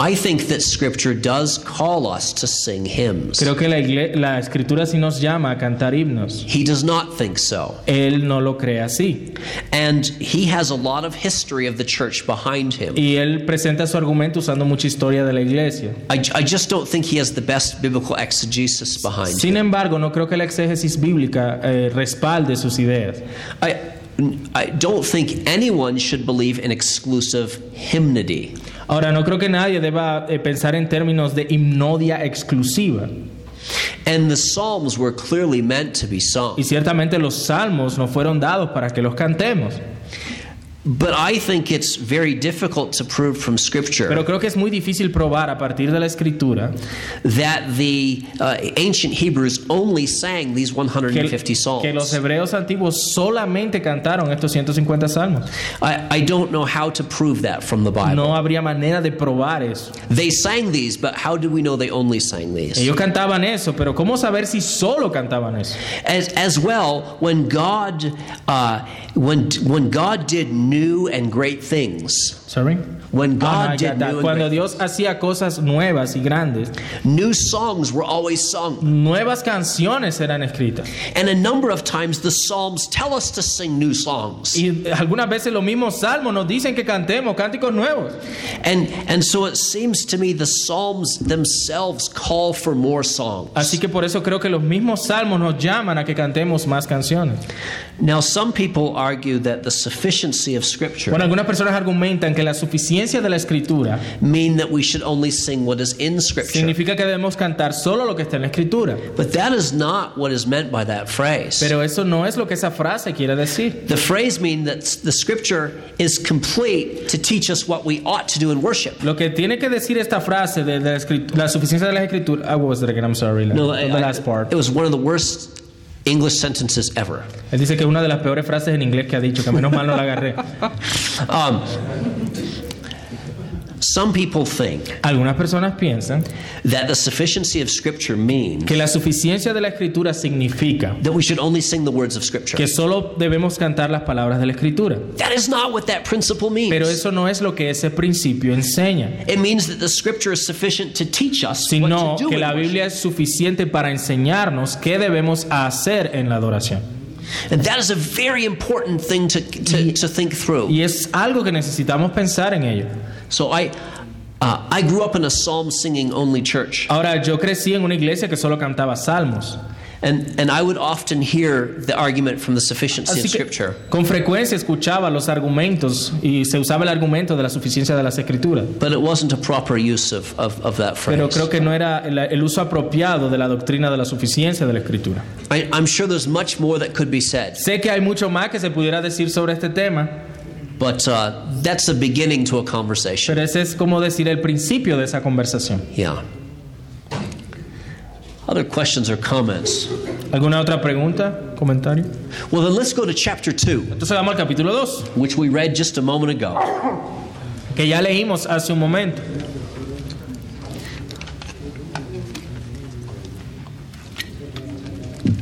Speaker 2: I think that Scripture does call us to sing hymns.
Speaker 1: Creo que la, igle- la escritura sí nos llama a cantar himnos.
Speaker 2: He does not think so.
Speaker 1: Él no lo cree así.
Speaker 2: And he has a lot of history of the church behind him.
Speaker 1: Y él presenta su argumento usando mucha historia de la iglesia.
Speaker 2: I, I just don't think he has the best biblical exegesis behind him.
Speaker 1: Sin embargo, no creo que la exégesis bíblica eh, respalde sus ideas.
Speaker 2: I, I don't think anyone should believe in exclusive hymnody.
Speaker 1: Ahora, no creo que nadie deba eh, pensar en términos de himnodia exclusiva.
Speaker 2: And the Psalms were clearly meant to be sung.
Speaker 1: Y ciertamente los salmos no fueron dados para que los cantemos.
Speaker 2: But I think it's very difficult to prove from
Speaker 1: Pero
Speaker 2: Scripture
Speaker 1: creo que es muy difícil probar a partir de la escritura
Speaker 2: that the uh, ancient Hebrews only sang these
Speaker 1: que,
Speaker 2: 150
Speaker 1: que los
Speaker 2: Psalms.
Speaker 1: hebreos antiguos solamente cantaron estos 150 salmos.
Speaker 2: I, I don't know how to prove that from the Bible.
Speaker 1: No habría manera de probar eso.
Speaker 2: They sang these, but how do we know they only sang these?
Speaker 1: Ellos cantaban eso, pero ¿cómo saber si solo cantaban eso?
Speaker 2: As, as well, when God, uh, when, when God did new and great things,
Speaker 1: Sorry.
Speaker 2: when
Speaker 1: Ah,
Speaker 2: God
Speaker 1: ya,
Speaker 2: did
Speaker 1: ya.
Speaker 2: new and
Speaker 1: Cuando
Speaker 2: great
Speaker 1: Dios hacía cosas nuevas y grandes,
Speaker 2: New songs were always sung.
Speaker 1: nuevas canciones eran escritas.
Speaker 2: And a number of times the Psalms tell us to sing new songs.
Speaker 1: Y algunas veces los mismos salmos nos dicen que cantemos cánticos nuevos.
Speaker 2: And, and so it seems to me the Psalms themselves call for more songs.
Speaker 1: Así que por eso creo que los mismos salmos nos llaman a que cantemos más canciones.
Speaker 2: Now, some people argue that the sufficiency of Scripture
Speaker 1: Bueno, algunas personas argumentan que la suficiencia de la escritura
Speaker 2: mean that we should only sing what is in Scripture.
Speaker 1: significa que debemos cantar solo lo que está en la escritura.
Speaker 2: But that is not what is meant by that phrase.
Speaker 1: Pero eso no es lo que esa frase quiere decir.
Speaker 2: The phrase means that the Scripture is complete to teach us what we ought to do in worship.
Speaker 1: Lo que tiene que decir esta frase de, de la, escrit- la suficiencia de la escritura. Ah, what was that again? I'm sorry. la-
Speaker 2: No, eh, I-
Speaker 1: the
Speaker 2: I-
Speaker 1: last part.
Speaker 2: It was one of the worst English sentences ever.
Speaker 1: Él dice que es una de las peores frases en inglés que ha dicho, que menos mal no la
Speaker 2: (laughs)
Speaker 1: agarré.
Speaker 2: Um, some people think
Speaker 1: Algunas personas piensan
Speaker 2: that the sufficiency of Scripture means
Speaker 1: que la suficiencia de la escritura significa
Speaker 2: that we should only sing the words of
Speaker 1: que
Speaker 2: Scripture.
Speaker 1: solo debemos cantar las palabras de la escritura.
Speaker 2: That is not what that principle
Speaker 1: Pero
Speaker 2: means.
Speaker 1: eso no es lo que ese principio enseña,
Speaker 2: It means that the Scripture is sufficient to teach us
Speaker 1: sino
Speaker 2: what to do
Speaker 1: que
Speaker 2: in
Speaker 1: la
Speaker 2: worship.
Speaker 1: Biblia es suficiente para enseñarnos qué debemos hacer en la adoración.
Speaker 2: And that is a very important thing to, to, to think through.
Speaker 1: Y es algo que necesitamos pensar en ello.
Speaker 2: So I, uh, I grew up in a psalm singing only church.
Speaker 1: Ahora, yo crecí en una iglesia que solo cantaba salmos.
Speaker 2: And, and I would often hear the argument from the sufficiency
Speaker 1: Así que
Speaker 2: of Scripture.
Speaker 1: con frecuencia escuchaba los argumentos y se usaba el argumento de la suficiencia de las escrituras.
Speaker 2: But it wasn't a proper use of, of, of that phrase.
Speaker 1: Pero creo que no era el, el uso apropiado de la doctrina de la suficiencia de la escritura.
Speaker 2: I, I'm sure there's much more that could be said,
Speaker 1: Sé que hay mucho más que se pudiera decir sobre este tema,
Speaker 2: but uh, that's the beginning to a conversation.
Speaker 1: pero ese es como decir el principio de esa conversación.
Speaker 2: Yeah. Other questions or comments?
Speaker 1: ¿Alguna otra pregunta? ¿Comentario?
Speaker 2: Well, then let's go to chapter 2,
Speaker 1: Entonces vamos al capítulo 2,
Speaker 2: which we read just a moment ago.
Speaker 1: que ya leímos hace un momento.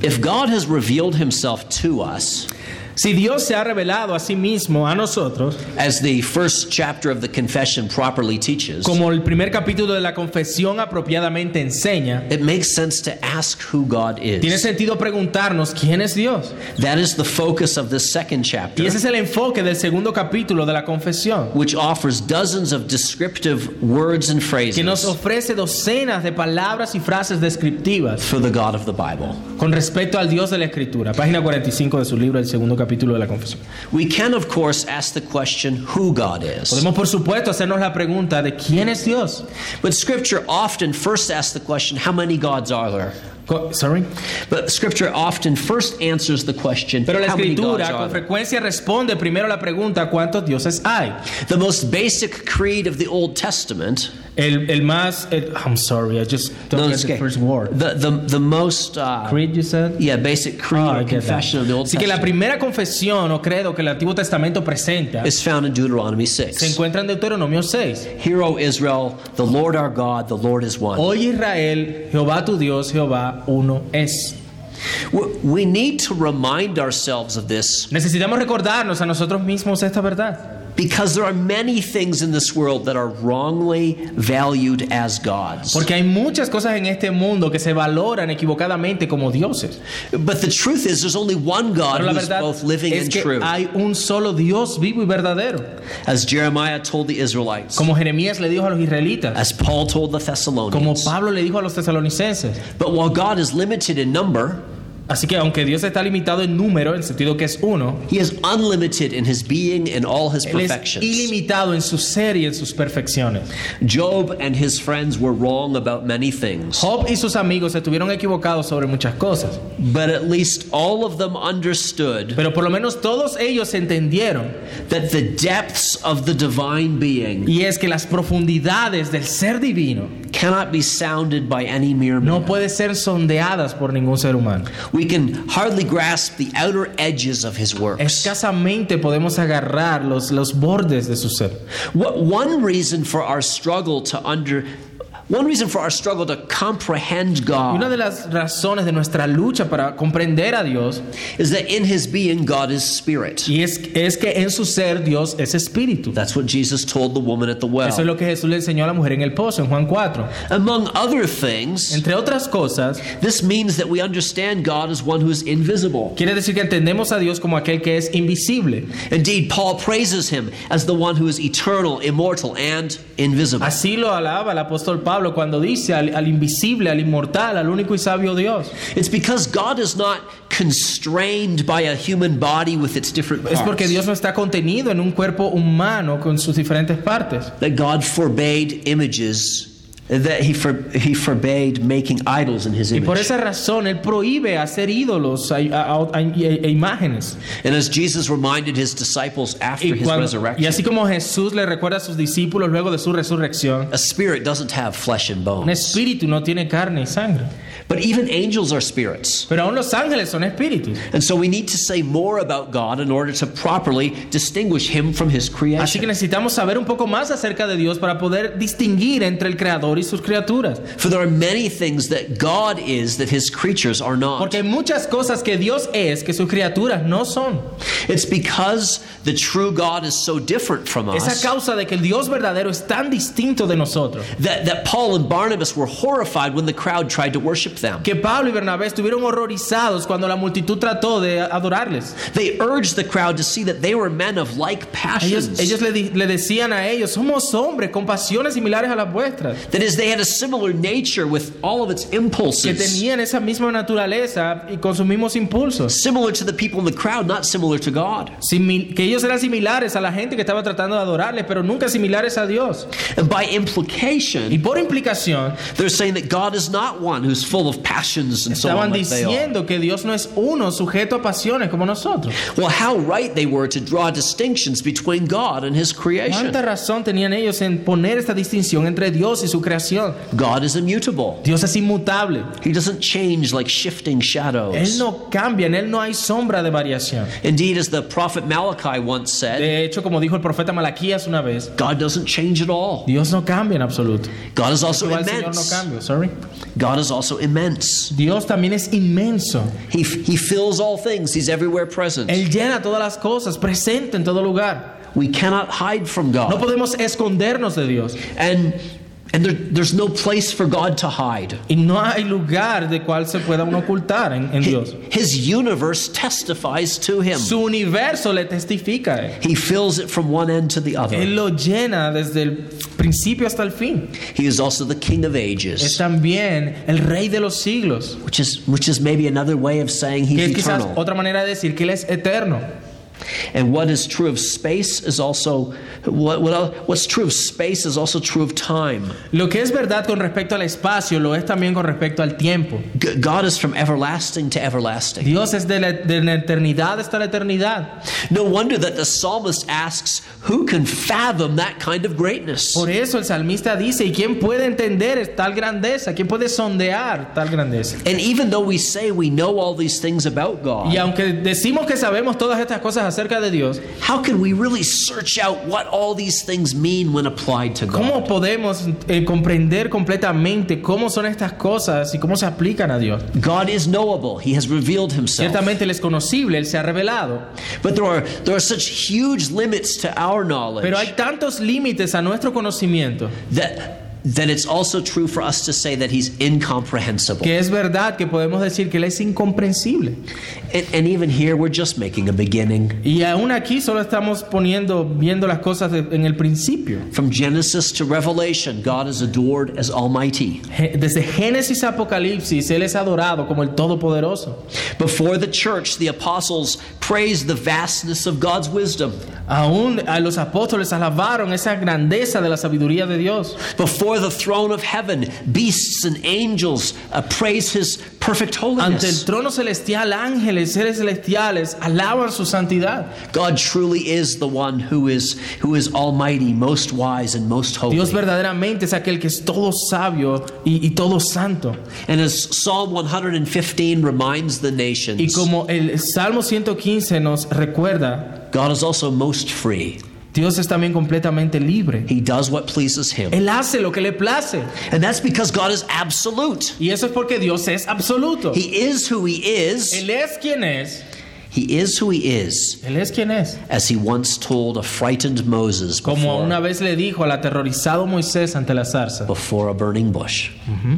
Speaker 2: If God has revealed himself to us,
Speaker 1: Si Dios se ha revelado a sí mismo a nosotros,
Speaker 2: as the first chapter of the confession properly teaches,
Speaker 1: como el primer capítulo de la confesión apropiadamente enseña,
Speaker 2: it makes sense to ask who God
Speaker 1: tiene
Speaker 2: is.
Speaker 1: sentido preguntarnos quién es Dios.
Speaker 2: That is the focus of this second chapter.
Speaker 1: Y ese es el enfoque del segundo capítulo de la confesión,
Speaker 2: which offers dozens of descriptive words and
Speaker 1: que nos ofrece
Speaker 2: phrases
Speaker 1: docenas de palabras y frases descriptivas
Speaker 2: for the God of the Bible.
Speaker 1: con respecto al Dios de la Escritura. Página 45 de su libro, el segundo capítulo de la confesión.
Speaker 2: We can, of course, ask the question who God is.
Speaker 1: Podemos, por supuesto, hacernos la pregunta de quién es Dios.
Speaker 2: But Scripture often first asks the question how many gods are there?
Speaker 1: Co- Sorry.
Speaker 2: But Scripture often first answers the question
Speaker 1: Pero la
Speaker 2: how many gods
Speaker 1: escritura
Speaker 2: are
Speaker 1: con
Speaker 2: there?
Speaker 1: frecuencia responde primero la pregunta ¿cuántos dioses hay?
Speaker 2: The most basic creed of the Old Testament,
Speaker 1: El, el más el- I'm sorry, I just don't
Speaker 2: No,
Speaker 1: get
Speaker 2: it's
Speaker 1: the
Speaker 2: okay.
Speaker 1: first word.
Speaker 2: the, the, the most, uh,
Speaker 1: Creed you said?
Speaker 2: yeah, basic creed
Speaker 1: Ah, I
Speaker 2: or
Speaker 1: get that.
Speaker 2: confession of the Old
Speaker 1: Así que la
Speaker 2: Testament
Speaker 1: primera confesión o credo que el Antiguo Testamento presenta
Speaker 2: is found in Deuteronomy
Speaker 1: se
Speaker 2: 6.
Speaker 1: encuentra en Deuteronomio 6.
Speaker 2: Hear, O Israel, the Lord our God, the Lord is one.
Speaker 1: Hoy Israel, Jehová tu Dios, Jehová uno es.
Speaker 2: W- We need to remind ourselves of this
Speaker 1: Necesitamos recordarnos a nosotros mismos esta verdad,
Speaker 2: because there are many things in this world that are wrongly valued as gods.
Speaker 1: porque hay muchas cosas en este mundo que se valoran equivocadamente como dioses.
Speaker 2: But the truth is, there's only one God
Speaker 1: Pero la
Speaker 2: who's
Speaker 1: verdad
Speaker 2: both living
Speaker 1: es
Speaker 2: and
Speaker 1: que
Speaker 2: true.
Speaker 1: hay un solo Dios vivo y verdadero,
Speaker 2: As Jeremiah told the Israelites,
Speaker 1: como Jeremías le dijo a los israelitas,
Speaker 2: as Paul told
Speaker 1: como
Speaker 2: the Thessalonians.
Speaker 1: Pablo le dijo a los tesalonicenses.
Speaker 2: But while God is limited in number,
Speaker 1: Así que aunque Dios está limitado en número, en el sentido que es uno,
Speaker 2: He is unlimited in His being and all His
Speaker 1: Él es
Speaker 2: perfections.
Speaker 1: ilimitado en su ser y en sus perfecciones.
Speaker 2: Job and his friends were wrong about many things,
Speaker 1: Job y sus amigos estuvieron equivocados sobre muchas cosas,
Speaker 2: but at least all of them understood
Speaker 1: pero por lo menos todos ellos entendieron,
Speaker 2: that the depths of the divine being
Speaker 1: y es que las profundidades del ser divino
Speaker 2: cannot be sounded by any mere man.
Speaker 1: no pueden ser sondeadas por ningún ser humano.
Speaker 2: We can hardly grasp the outer edges of His works.
Speaker 1: Escasamente podemos agarrar los, los bordes de su ser.
Speaker 2: What one reason for our struggle to under one reason for our struggle to comprehend
Speaker 1: Y una
Speaker 2: God
Speaker 1: de las razones de nuestra lucha para comprender a Dios
Speaker 2: is that in his being God is spirit.
Speaker 1: y es, es que en su ser Dios es espíritu.
Speaker 2: That's what Jesus told the woman at the
Speaker 1: Eso es
Speaker 2: well.
Speaker 1: lo que Jesús le enseñó a la mujer en el pozo, en Juan 4.
Speaker 2: Among other things,
Speaker 1: Entre otras cosas,
Speaker 2: this means that we understand God as one who is invisible.
Speaker 1: quiere decir que entendemos a Dios como aquel que es invisible.
Speaker 2: Indeed, Paul praises him as the one who is eternal, immortal, and invisible.
Speaker 1: Así lo alaba el apóstol Pablo cuando dice al, al invisible, al inmortal, al único y sabio Dios.
Speaker 2: It's because God is not constrained by a human body with its different
Speaker 1: Es porque
Speaker 2: parts
Speaker 1: Dios no está contenido en un cuerpo humano con sus diferentes partes.
Speaker 2: that God forbade images, that he, for, he forbade making idols in his
Speaker 1: Y por
Speaker 2: image.
Speaker 1: esa razón Él prohíbe hacer ídolos a- a- a- a- e imágenes.
Speaker 2: And as Jesus reminded his disciples after
Speaker 1: Y,
Speaker 2: his
Speaker 1: cuando- y
Speaker 2: resurrection,
Speaker 1: así como Jesús le recuerda a sus discípulos luego de su resurrección,
Speaker 2: a spirit doesn't have flesh and
Speaker 1: un
Speaker 2: bone.
Speaker 1: espíritu no tiene carne y sangre.
Speaker 2: But even angels are spirits.
Speaker 1: Pero aún los ángeles son espíritus.
Speaker 2: And so we need to say more about God in order to properly distinguish him from his
Speaker 1: Así que
Speaker 2: creation.
Speaker 1: necesitamos saber un poco más acerca de Dios para poder distinguir entre el creador y sus criaturas.
Speaker 2: For there are many things that God is that his creatures are not.
Speaker 1: Porque hay muchas cosas que Dios es que sus criaturas no son.
Speaker 2: It's because the true God is so different from
Speaker 1: Es a
Speaker 2: us
Speaker 1: causa de que el Dios verdadero es tan distinto de nosotros.
Speaker 2: that, that Paul and Barnabas were horrified when the crowd tried to worship them.
Speaker 1: Que Pablo y Bernabé estuvieron horrorizados cuando la multitud trató de adorarles.
Speaker 2: They urged the crowd to see that they were men of like
Speaker 1: Ellos,
Speaker 2: passions.
Speaker 1: ellos le, di- le decían a ellos, somos hombres con pasiones similares a las vuestras.
Speaker 2: That is, they had a similar nature with all of its
Speaker 1: Que
Speaker 2: impulses.
Speaker 1: tenían esa misma naturaleza y con sus mismos impulsos.
Speaker 2: Similar to the people in the crowd, not similar to God.
Speaker 1: Simil- que ellos eran similares a la gente que estaba tratando de adorarles, pero nunca similares a Dios.
Speaker 2: And by
Speaker 1: Y
Speaker 2: implication,
Speaker 1: por implicación,
Speaker 2: they're saying that God is not one who's full of passions and so
Speaker 1: estaban
Speaker 2: on like they are.
Speaker 1: diciendo que Dios no es uno sujeto a pasiones como nosotros.
Speaker 2: Well, how right they were to draw distinctions between God and His creation.
Speaker 1: ¿Cuánta razón tenían ellos en poner esta distinción entre Dios y su creación?
Speaker 2: God is immutable.
Speaker 1: Dios es inmutable.
Speaker 2: He doesn't change like shifting
Speaker 1: Él
Speaker 2: shadows.
Speaker 1: no cambia, en Él no hay sombra de variación.
Speaker 2: Indeed, as the prophet Malachi once said,
Speaker 1: De hecho, como dijo el profeta Malaquías una vez,
Speaker 2: God doesn't change at all.
Speaker 1: Dios no cambia en absoluto.
Speaker 2: God is also
Speaker 1: Igual el Señor no
Speaker 2: immense.
Speaker 1: cambia, sorry.
Speaker 2: God is also immense.
Speaker 1: Dios también es inmenso.
Speaker 2: He, he fills all things, He's everywhere present.
Speaker 1: Él llena todas las cosas, presente en todo lugar.
Speaker 2: We cannot hide from
Speaker 1: No
Speaker 2: God.
Speaker 1: podemos escondernos de Dios.
Speaker 2: And, and there, there's no place for God to hide.
Speaker 1: Y no hay lugar de cual se pueda uno ocultar en, en Dios.
Speaker 2: His universe testifies to Him.
Speaker 1: Su universo le testifica. a Él.
Speaker 2: He fills it from one end to the other.
Speaker 1: Él lo llena desde el principio hasta el fin.
Speaker 2: He is also the King of
Speaker 1: Es
Speaker 2: ages,
Speaker 1: también el rey de los siglos.
Speaker 2: which is, which is maybe another way of saying
Speaker 1: Que es
Speaker 2: He's
Speaker 1: quizás
Speaker 2: eternal.
Speaker 1: otra manera de decir que Él es eterno.
Speaker 2: And what is true of space is also what, what el- what's true of space is also true of time.
Speaker 1: Lo que es verdad con respecto al espacio lo es también con respecto al tiempo.
Speaker 2: G- God is from everlasting to everlasting.
Speaker 1: Dios es de la, de la eternidad hasta la eternidad.
Speaker 2: No wonder that the psalmist asks, "Who can fathom that kind of greatness?"
Speaker 1: Por eso el salmista dice, ¿y quién puede entender tal grandeza? ¿Quién puede sondear tal grandeza?
Speaker 2: And even though we say we know all these things about
Speaker 1: Y
Speaker 2: God,
Speaker 1: aunque decimos que sabemos todas estas cosas acerca de Dios,
Speaker 2: How can we really search out what all these things mean when applied to God?
Speaker 1: ¿cómo podemos eh, comprender completamente cómo son estas cosas y cómo se aplican a Dios?
Speaker 2: God is knowable. He has revealed himself.
Speaker 1: Ciertamente Él es conocible, Él se ha revelado,
Speaker 2: But there are there are such huge limits to our knowledge
Speaker 1: pero hay tantos límites a nuestro conocimiento
Speaker 2: that that it's also true for us to say that he's incomprehensible.
Speaker 1: que es verdad que podemos decir que Él es incomprensible.
Speaker 2: And, and even here we're just making a beginning.
Speaker 1: Y aún aquí solo estamos poniendo, viendo las cosas de- en el principio.
Speaker 2: From Genesis to Revelation, God is adored as almighty.
Speaker 1: Ge- Desde Génesis a Apocalipsis, Él es adorado como el Todopoderoso.
Speaker 2: Before the church, the apostles praised the vastness of God's wisdom.
Speaker 1: Aún a los apóstoles alabaron esa grandeza de la sabiduría de Dios.
Speaker 2: Before the throne of heaven, beasts and angels uh, praise his perfect
Speaker 1: Ante el
Speaker 2: holiness.
Speaker 1: trono celestial, ángeles, seres celestiales alaban su santidad.
Speaker 2: God truly is the one who is who is almighty, most wise and most holy.
Speaker 1: Dios verdaderamente es aquel que es todo sabio y, y todo santo.
Speaker 2: And as Psalm 115 reminds the
Speaker 1: Y
Speaker 2: nations,
Speaker 1: como el Salmo 115 nos recuerda,
Speaker 2: God is also most free.
Speaker 1: Dios es también completamente libre.
Speaker 2: He does what pleases him.
Speaker 1: Él hace lo que le place.
Speaker 2: And that's because God is absolute.
Speaker 1: Y eso es porque Dios es absoluto.
Speaker 2: He is who he is.
Speaker 1: Él es quien es.
Speaker 2: He is who he is,
Speaker 1: Él es quien es.
Speaker 2: as he once told a frightened Moses
Speaker 1: Como
Speaker 2: before,
Speaker 1: una vez le dijo al aterrorizado Moisés ante la zarza.
Speaker 2: before a burning bush.
Speaker 1: Mm-hmm.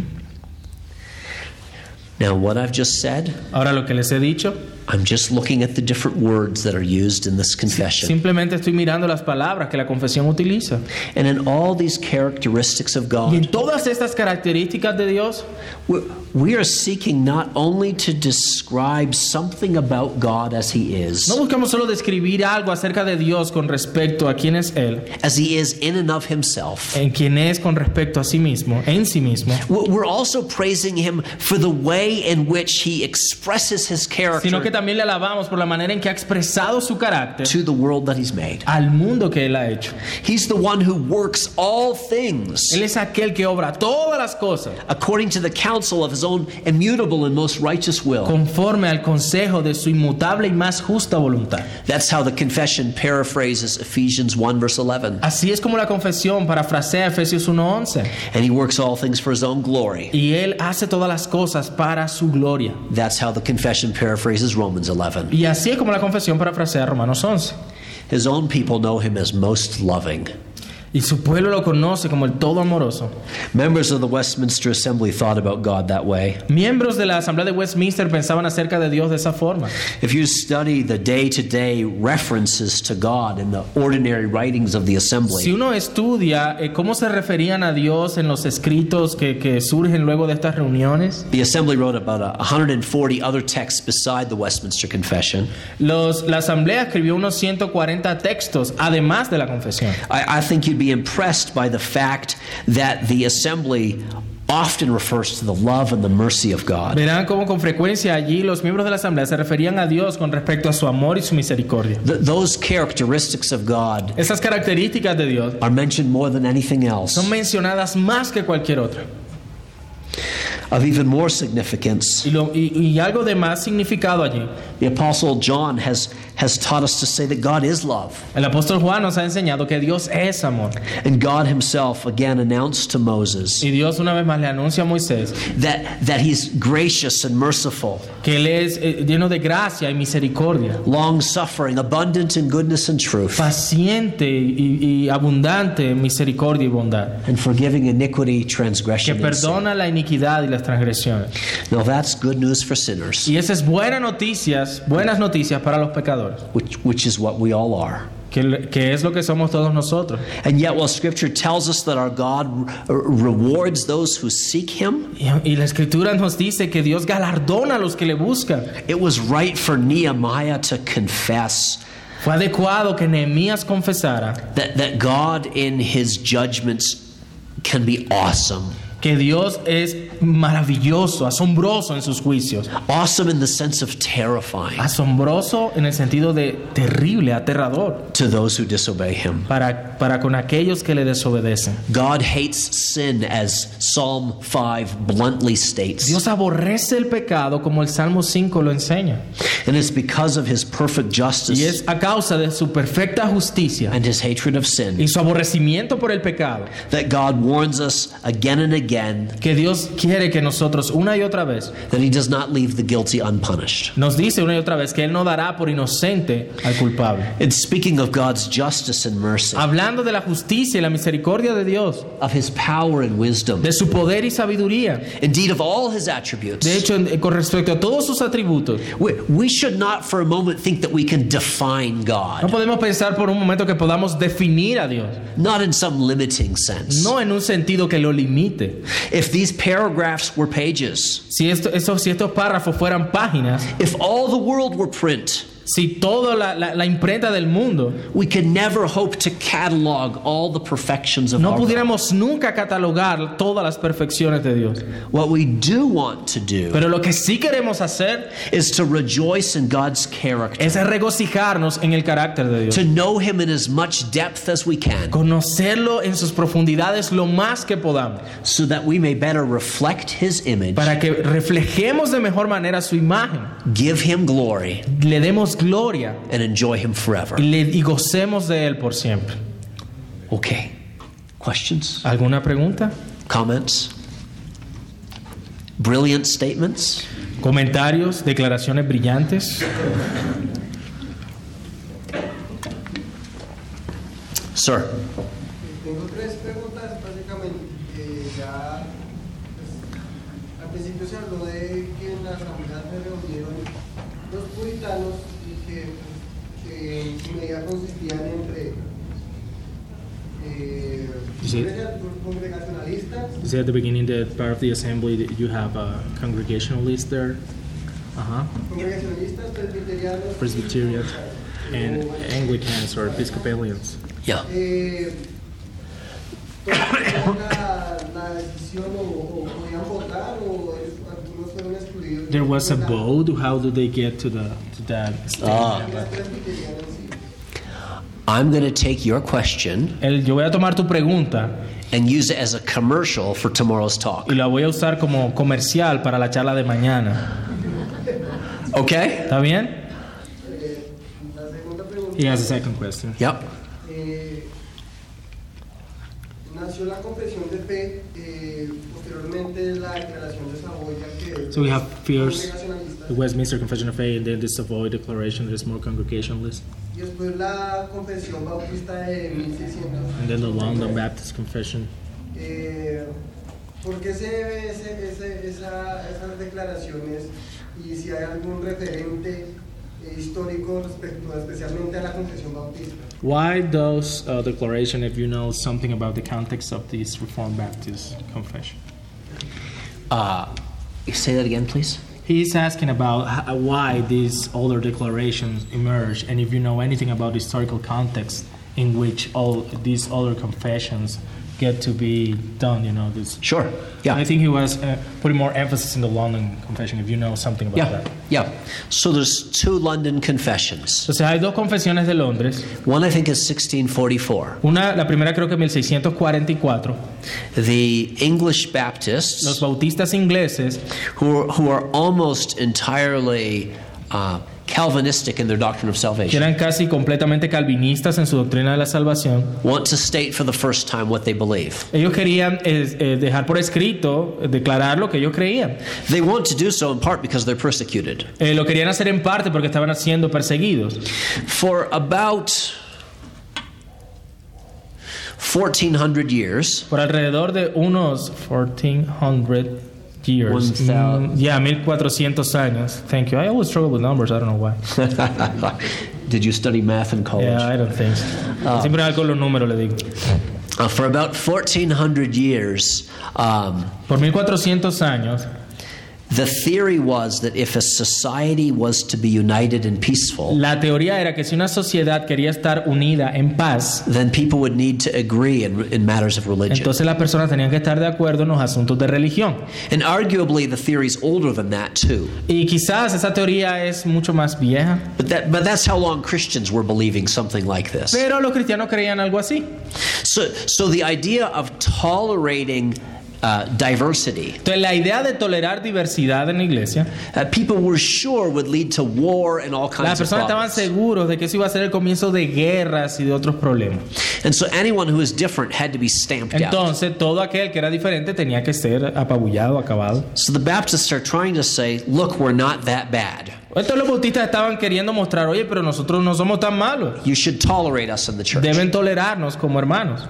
Speaker 2: Now, what I've just said,
Speaker 1: Ahora lo que les he dicho,
Speaker 2: I'm just looking at the different words that are used in this confession.
Speaker 1: simplemente estoy mirando las palabras que la confesión utiliza.
Speaker 2: And in all these characteristics of
Speaker 1: Y
Speaker 2: God,
Speaker 1: en todas estas características de Dios,
Speaker 2: We- We are seeking not only to describe something about God as He is,
Speaker 1: no buscamos solo describir algo acerca de Dios con respecto a quién es Él,
Speaker 2: as He is in and of Himself.
Speaker 1: en quién es con respecto a sí mismo, en sí mismo,
Speaker 2: We- We're also praising Him for the way in which He expresses His
Speaker 1: sino que
Speaker 2: character
Speaker 1: también le alabamos por la manera en que ha expresado su carácter
Speaker 2: to the world that He's made.
Speaker 1: al mundo que Él ha hecho.
Speaker 2: He's the one who works all things
Speaker 1: Él es aquel que obra todas las cosas
Speaker 2: according to the counsel of His own immutable and most righteous will.
Speaker 1: conforme al consejo de su inmutable y más justa voluntad.
Speaker 2: That's how the confession paraphrases Ephesians 1, verse 11.
Speaker 1: Así es como la confesión parafrasea Efesios 1:11.
Speaker 2: And He works all things for His own glory.
Speaker 1: Y Él hace todas las cosas para su gloria.
Speaker 2: That's how the confession paraphrases Romans 11.
Speaker 1: Y así es como la confesión parafrasea Romanos 11.
Speaker 2: His own people know him as most loving.
Speaker 1: Y su pueblo lo conoce como el todo amoroso.
Speaker 2: Members of the Westminster Assembly thought about God that way.
Speaker 1: Miembros de la Asamblea de Westminster pensaban acerca de Dios de esa forma.
Speaker 2: If you study the day to day references to God in the ordinary writings of the
Speaker 1: Si
Speaker 2: Assembly,
Speaker 1: uno estudia eh, cómo se referían a Dios en los escritos que, que surgen luego de estas reuniones,
Speaker 2: the Assembly wrote about a 140 other texts beside the Westminster Confession.
Speaker 1: los- la Asamblea escribió unos 140 textos, además de la confesión.
Speaker 2: I, I think you'd be impressed by the fact that the Assembly often refers to the love and the mercy of God.
Speaker 1: Verán cómo con frecuencia allí los miembros de la Asamblea se referían a Dios con respecto a su amor y su misericordia.
Speaker 2: Th- those characteristics of God
Speaker 1: Esas características de Dios
Speaker 2: are mentioned more than anything else.
Speaker 1: son mencionadas más que cualquier otra.
Speaker 2: Of even more significance,
Speaker 1: Y, lo- y- y algo de más significado allí.
Speaker 2: The Apostle John has, has taught us to say that God is love.
Speaker 1: El apóstol Juan nos ha enseñado que Dios es amor.
Speaker 2: And God himself again announced to Moses
Speaker 1: Y Dios una vez más le anuncia a Moisés
Speaker 2: that, that he's gracious and merciful,
Speaker 1: que Él es eh, lleno de gracia y misericordia,
Speaker 2: long suffering, abundant in goodness and truth,
Speaker 1: paciente y, y abundante en misericordia y bondad,
Speaker 2: and forgiving iniquity,
Speaker 1: que
Speaker 2: transgression. and sin.
Speaker 1: perdona la iniquidad y las transgresiones.
Speaker 2: Now that's good news for sinners,
Speaker 1: Y esas es buenas noticias, buenas noticias para los pecadores.
Speaker 2: which, which is what we all are.
Speaker 1: que, que es lo que somos todos nosotros.
Speaker 2: And yet, while Scripture tells us that our God r- rewards those who seek Him,
Speaker 1: Y, y la escritura nos dice que Dios galardona a los que le buscan.
Speaker 2: it was right for Nehemiah to confess
Speaker 1: Fue adecuado que Nehemías confesara
Speaker 2: that, that God in his judgments can be awesome.
Speaker 1: que Dios es maravilloso, asombroso en sus juicios.
Speaker 2: Awesome in the sense of terrifying
Speaker 1: Asombroso en el sentido de terrible, aterrador
Speaker 2: to those who disobey him.
Speaker 1: para, para con aquellos que le desobedecen.
Speaker 2: God hates sin, as Psalm 5 bluntly states.
Speaker 1: Dios aborrece el pecado como el Salmo 5 lo enseña.
Speaker 2: And it's because of his perfect justice
Speaker 1: Y es a causa de su perfecta justicia
Speaker 2: and his hatred of sin
Speaker 1: y su aborrecimiento por el pecado
Speaker 2: that God warns us again and again
Speaker 1: que Dios quiere que nosotros una y otra vez
Speaker 2: that he does not leave the guilty unpunished.
Speaker 1: nos dice una y otra vez que Él no dará por inocente al culpable.
Speaker 2: And speaking of God's justice and mercy,
Speaker 1: Hablando de la justicia y la misericordia de Dios,
Speaker 2: of his power and wisdom,
Speaker 1: de su poder y sabiduría,
Speaker 2: indeed of all his attributes,
Speaker 1: de hecho, en- con respecto a todos sus atributos,
Speaker 2: we, we should not for a moment think that we can define
Speaker 1: no
Speaker 2: God,
Speaker 1: podemos pensar por un momento que podamos definir a Dios,
Speaker 2: not in some limiting sense.
Speaker 1: no en un sentido que lo limite.
Speaker 2: If these paragraphs were pages,
Speaker 1: Si, esto, esos- si estos párrafos fueran páginas,
Speaker 2: if all the world were print,
Speaker 1: si toda la, la- la imprenta del mundo,
Speaker 2: we can never hope to catalog all the perfections of
Speaker 1: no
Speaker 2: our God.
Speaker 1: pudiéramos nunca catalogar todas las perfecciones de Dios.
Speaker 2: What we do want to do
Speaker 1: Pero lo que sí queremos hacer
Speaker 2: is to rejoice in God's character,
Speaker 1: es regocijarnos en el carácter de Dios.
Speaker 2: to know Him in as much depth as we can,
Speaker 1: Conocerlo en sus profundidades lo más que podamos,
Speaker 2: so that we may better reflect His image,
Speaker 1: para que reflejemos de mejor manera su imagen,
Speaker 2: give Him glory,
Speaker 1: le demos gloria
Speaker 2: and enjoy Him forever.
Speaker 1: y, le- y gocemos de él por siempre.
Speaker 2: Okay. Questions?
Speaker 1: ¿Alguna pregunta?
Speaker 2: Comments? Brilliant statements?
Speaker 1: ¿Comentarios? ¿Declaraciones brillantes?
Speaker 2: Sir.
Speaker 4: Tengo tres preguntas, básicamente. eh, ya, pues, al principio se habló de que en la asamblea se reunieron los puritanos y que eh, en su medida consistían entre eh,
Speaker 5: Sí.
Speaker 4: congrega- congregacionalistas.
Speaker 5: See at the beginning that part of the assembly that you have a congregationalist there, uh huh,
Speaker 4: Congregacionalistas presbiterianos.
Speaker 5: Presbyterians, and Anglicans or Episcopalians.
Speaker 2: Yeah.
Speaker 4: Eh, tomaron la, la decisión o, o podían votar o es- algunos fueron excluidos.
Speaker 5: There was a
Speaker 4: Votaron.
Speaker 5: vote. How do they get to the to that? stage?
Speaker 2: Ah.
Speaker 4: Las presbiterianas, sí.
Speaker 2: I'm going to take your question
Speaker 1: El- yo voy a tomar tu pregunta
Speaker 2: and use it as a commercial for tomorrow's talk.
Speaker 1: y la voy a usar como comercial para la charla de mañana.
Speaker 2: Okay?
Speaker 1: ¿Está bien?
Speaker 4: Eh, La segunda pregunta.
Speaker 5: He has a second question.
Speaker 2: Yep.
Speaker 4: Eh, nació la confesión de fe, eh, posteriormente la declaración de Saboya que
Speaker 5: So we have fierce,
Speaker 4: congregacionalista,
Speaker 5: the Westminster Confession of Faith, and then the Savoy Declaration. There's more congregationalist,
Speaker 4: y después la confesión bautista de 1600.
Speaker 5: and then the London Baptist Confession.
Speaker 4: Eh, ¿Por qué se debe ese- ese- esa- esas declaraciones y si hay algún referente eh, histórico respecto especialmente a la confesión bautista?
Speaker 5: Why those uh, declaration? If you know something about the context of this Reformed Baptist Confession.
Speaker 2: Uh, say that again, please.
Speaker 5: He's asking about h- uh, why these older declarations emerge, and if you know anything about the historical context in which all these older confessions get to be done, you know this.
Speaker 2: Sure. Yeah.
Speaker 5: I think he was uh, putting more emphasis in the London Confession. If you know something about
Speaker 2: yeah.
Speaker 5: that,
Speaker 2: Yeah. So there's two London confessions.
Speaker 1: Entonces hay dos confesiones de Londres.
Speaker 2: One I think is 1644.
Speaker 1: Una, la primera creo que en 1644.
Speaker 2: The English
Speaker 1: Los
Speaker 2: Baptists
Speaker 1: bautistas ingleses
Speaker 2: who are, who are almost entirely uh, Calvinistic in their doctrine of
Speaker 1: que
Speaker 2: salvation
Speaker 1: eran casi completamente calvinistas en su doctrina de la salvación,
Speaker 2: want to state for the first time what they believe.
Speaker 1: ellos querían eh, eh, dejar por escrito, eh, declarar lo que ellos creían.
Speaker 2: They want to do so in part because they're persecuted.
Speaker 1: Eh, lo querían hacer en parte porque estaban siendo perseguidos.
Speaker 2: For about 1400 years, (laughs)
Speaker 1: Por alrededor de unos 1400 years.
Speaker 2: One thousand.
Speaker 1: Mm, yeah, 1400 años. Thank you. I always struggle with numbers, I don't know why.
Speaker 2: did you study math in college?
Speaker 1: Yeah, I don't think. so. Siempre algo con los números le digo.
Speaker 2: Uh, for about 1400 years, um,
Speaker 1: Por 1400 años,
Speaker 2: The theory was that if a society was to be united and peaceful,
Speaker 1: La teoría era que si una sociedad quería estar unida en paz,
Speaker 2: then people would need to agree in, in matters of religion.
Speaker 1: entonces las personas tenían que estar de acuerdo en los asuntos de religión.
Speaker 2: And arguably, the theory's older than that, too.
Speaker 1: Y quizás esa teoría es mucho más vieja,
Speaker 2: But, that, but that's how long Christians were believing something like this.
Speaker 1: pero los cristianos creían algo así.
Speaker 2: So, so the idea of tolerating uh, diversity,
Speaker 1: Entonces la idea de tolerar diversidad en la iglesia,
Speaker 2: uh, people were sure would lead to war and all
Speaker 1: las
Speaker 2: kinds of
Speaker 1: personas estaban
Speaker 2: problems.
Speaker 1: seguros de que eso iba a ser el comienzo de guerras y de otros problemas.
Speaker 2: And so anyone who was different had to be stamped out.
Speaker 1: Entonces todo aquel que era diferente tenía que ser apabullado, acabado.
Speaker 2: So the Baptists are trying to say, look, we're not that bad.
Speaker 1: Entonces los bautistas estaban queriendo mostrar, oye, pero nosotros no somos tan malos.
Speaker 2: You should tolerate us in the church.
Speaker 1: Deben tolerarnos como hermanos.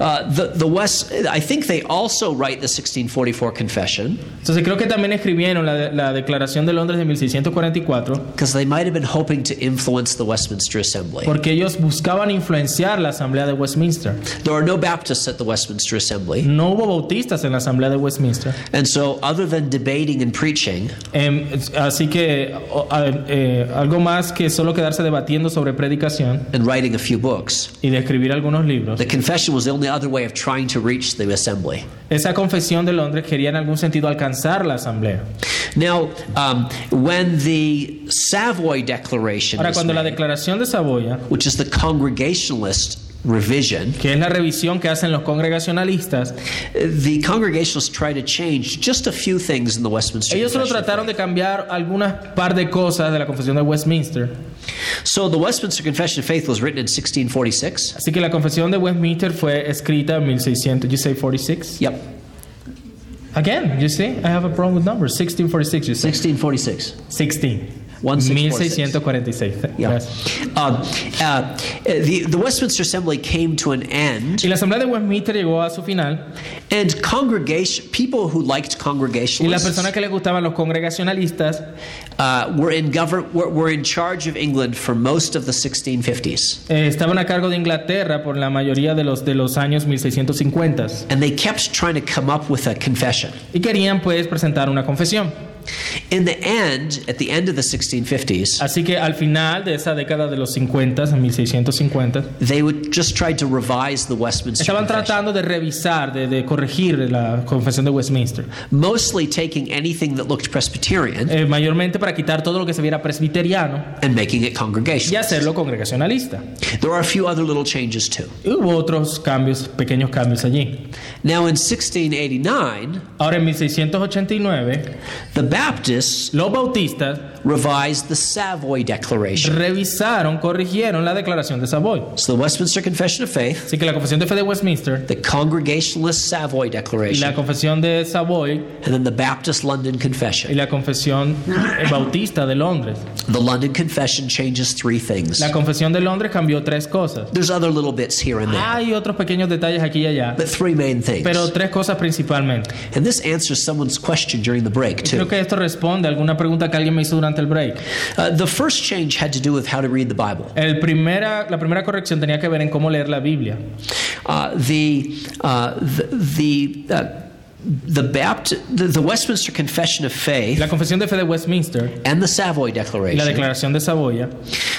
Speaker 2: Uh, the, the West, I think they also write the 1644 Confession
Speaker 1: Entonces creo que también escribieron la, la Declaración de Londres de 1644
Speaker 2: because they might have been hoping to influence the Westminster Assembly.
Speaker 1: porque ellos buscaban influenciar la Asamblea de Westminster.
Speaker 2: There are no Baptists at the Westminster Assembly.
Speaker 1: No hubo bautistas en la Asamblea de Westminster.
Speaker 2: And so, other than debating and preaching,
Speaker 1: Em, es- así que o- a- eh, algo más que solo quedarse debatiendo sobre predicación
Speaker 2: and writing a few books.
Speaker 1: y de escribir algunos libros.
Speaker 2: The confession was the only other way of trying to reach the assembly.
Speaker 1: Esa confesión de Londres quería en algún sentido alcanzar la Asamblea.
Speaker 2: Now, um, when the Savoy Declaration,
Speaker 1: Ahora,
Speaker 2: was
Speaker 1: cuando la
Speaker 2: made,
Speaker 1: Declaración de Saboya,
Speaker 2: which is the Congregationalist revision,
Speaker 1: que es la revisión que hacen los congregacionalistas,
Speaker 2: the Congregationalists tried to change just a few things in the Westminster.
Speaker 1: ellos solo
Speaker 2: Confession.
Speaker 1: trataron de cambiar algunas par de cosas de la confesión de Westminster.
Speaker 2: So, the Westminster Confession of Faith was written in 1646.
Speaker 1: Así que la confesión de Westminster fue escrita en 1600. You say 46?
Speaker 2: Yep,
Speaker 1: Again, you see, I have a problem with numbers. 1646, you say.
Speaker 2: 1646.
Speaker 1: 16.
Speaker 2: 1646.
Speaker 1: 1646.
Speaker 2: Yeah.
Speaker 1: Gracias.
Speaker 2: Um, uh, the, the Westminster Assembly came to an end,
Speaker 1: Y la asamblea de Westminster llegó a su final
Speaker 2: and congregation people who liked
Speaker 1: y las
Speaker 2: Congregationalists
Speaker 1: personas que les gustaban los congregacionalistas
Speaker 2: uh, were in govern were, were in charge of England for most of the 1650s,
Speaker 1: eh, estaban a cargo de Inglaterra por la mayoría de los, de los años 1650
Speaker 2: and they kept trying to come up with a confession.
Speaker 1: y querían pues presentar una confesión.
Speaker 2: In the end, at the end of the 1650s,
Speaker 1: Así que al final de esa década de los 50, en 1650,
Speaker 2: they would just tried to revise the Westminster,
Speaker 1: estaban
Speaker 2: Confession,
Speaker 1: tratando de revisar, de, de corregir la confesión de Westminster,
Speaker 2: mostly taking anything that looked Presbyterian
Speaker 1: eh, mayormente para quitar todo lo que se viera presbiteriano
Speaker 2: and making it
Speaker 1: y
Speaker 2: congregational.
Speaker 1: hacerlo congregacionalista.
Speaker 2: There are a few other little changes too.
Speaker 1: Y hubo otros cambios, pequeños cambios allí.
Speaker 2: Now, in 1689,
Speaker 1: Ahora en 1689,
Speaker 2: the Baptists
Speaker 1: los bautistas
Speaker 2: revised the Savoy Declaration.
Speaker 1: revisaron, corrigieron la declaración de Savoy.
Speaker 2: So, the Westminster Confession of Faith,
Speaker 1: Así que la confesión de fe de Westminster
Speaker 2: the Congregationalist Savoy
Speaker 1: y
Speaker 2: Declaration,
Speaker 1: la confesión de Savoy
Speaker 2: and then the Baptist London
Speaker 1: y
Speaker 2: Confession.
Speaker 1: la confesión eh, bautista de Londres.
Speaker 2: The London Confession changes three things.
Speaker 1: La confesión de Londres cambió tres cosas.
Speaker 2: There's other little bits here and there,
Speaker 1: Hay otros pequeños detalles aquí y allá,
Speaker 2: but three main
Speaker 1: Ah. pero
Speaker 2: things.
Speaker 1: tres cosas principalmente.
Speaker 2: And this answers someone's question during the break,
Speaker 1: Creo
Speaker 2: too.
Speaker 1: que esto responde a alguna pregunta que alguien me hizo durante el break.
Speaker 2: Uh, the first change had to do with how to read the Bible.
Speaker 1: El primera, la primera corrección tenía que ver en cómo leer la Biblia.
Speaker 2: Uh, the, uh, the, the, uh, the, Bapt- the, the Westminster Confession of Faith
Speaker 1: La confesión de fe de Westminster
Speaker 2: and the Savoy
Speaker 1: y la declaración
Speaker 2: Declaration
Speaker 1: de Saboya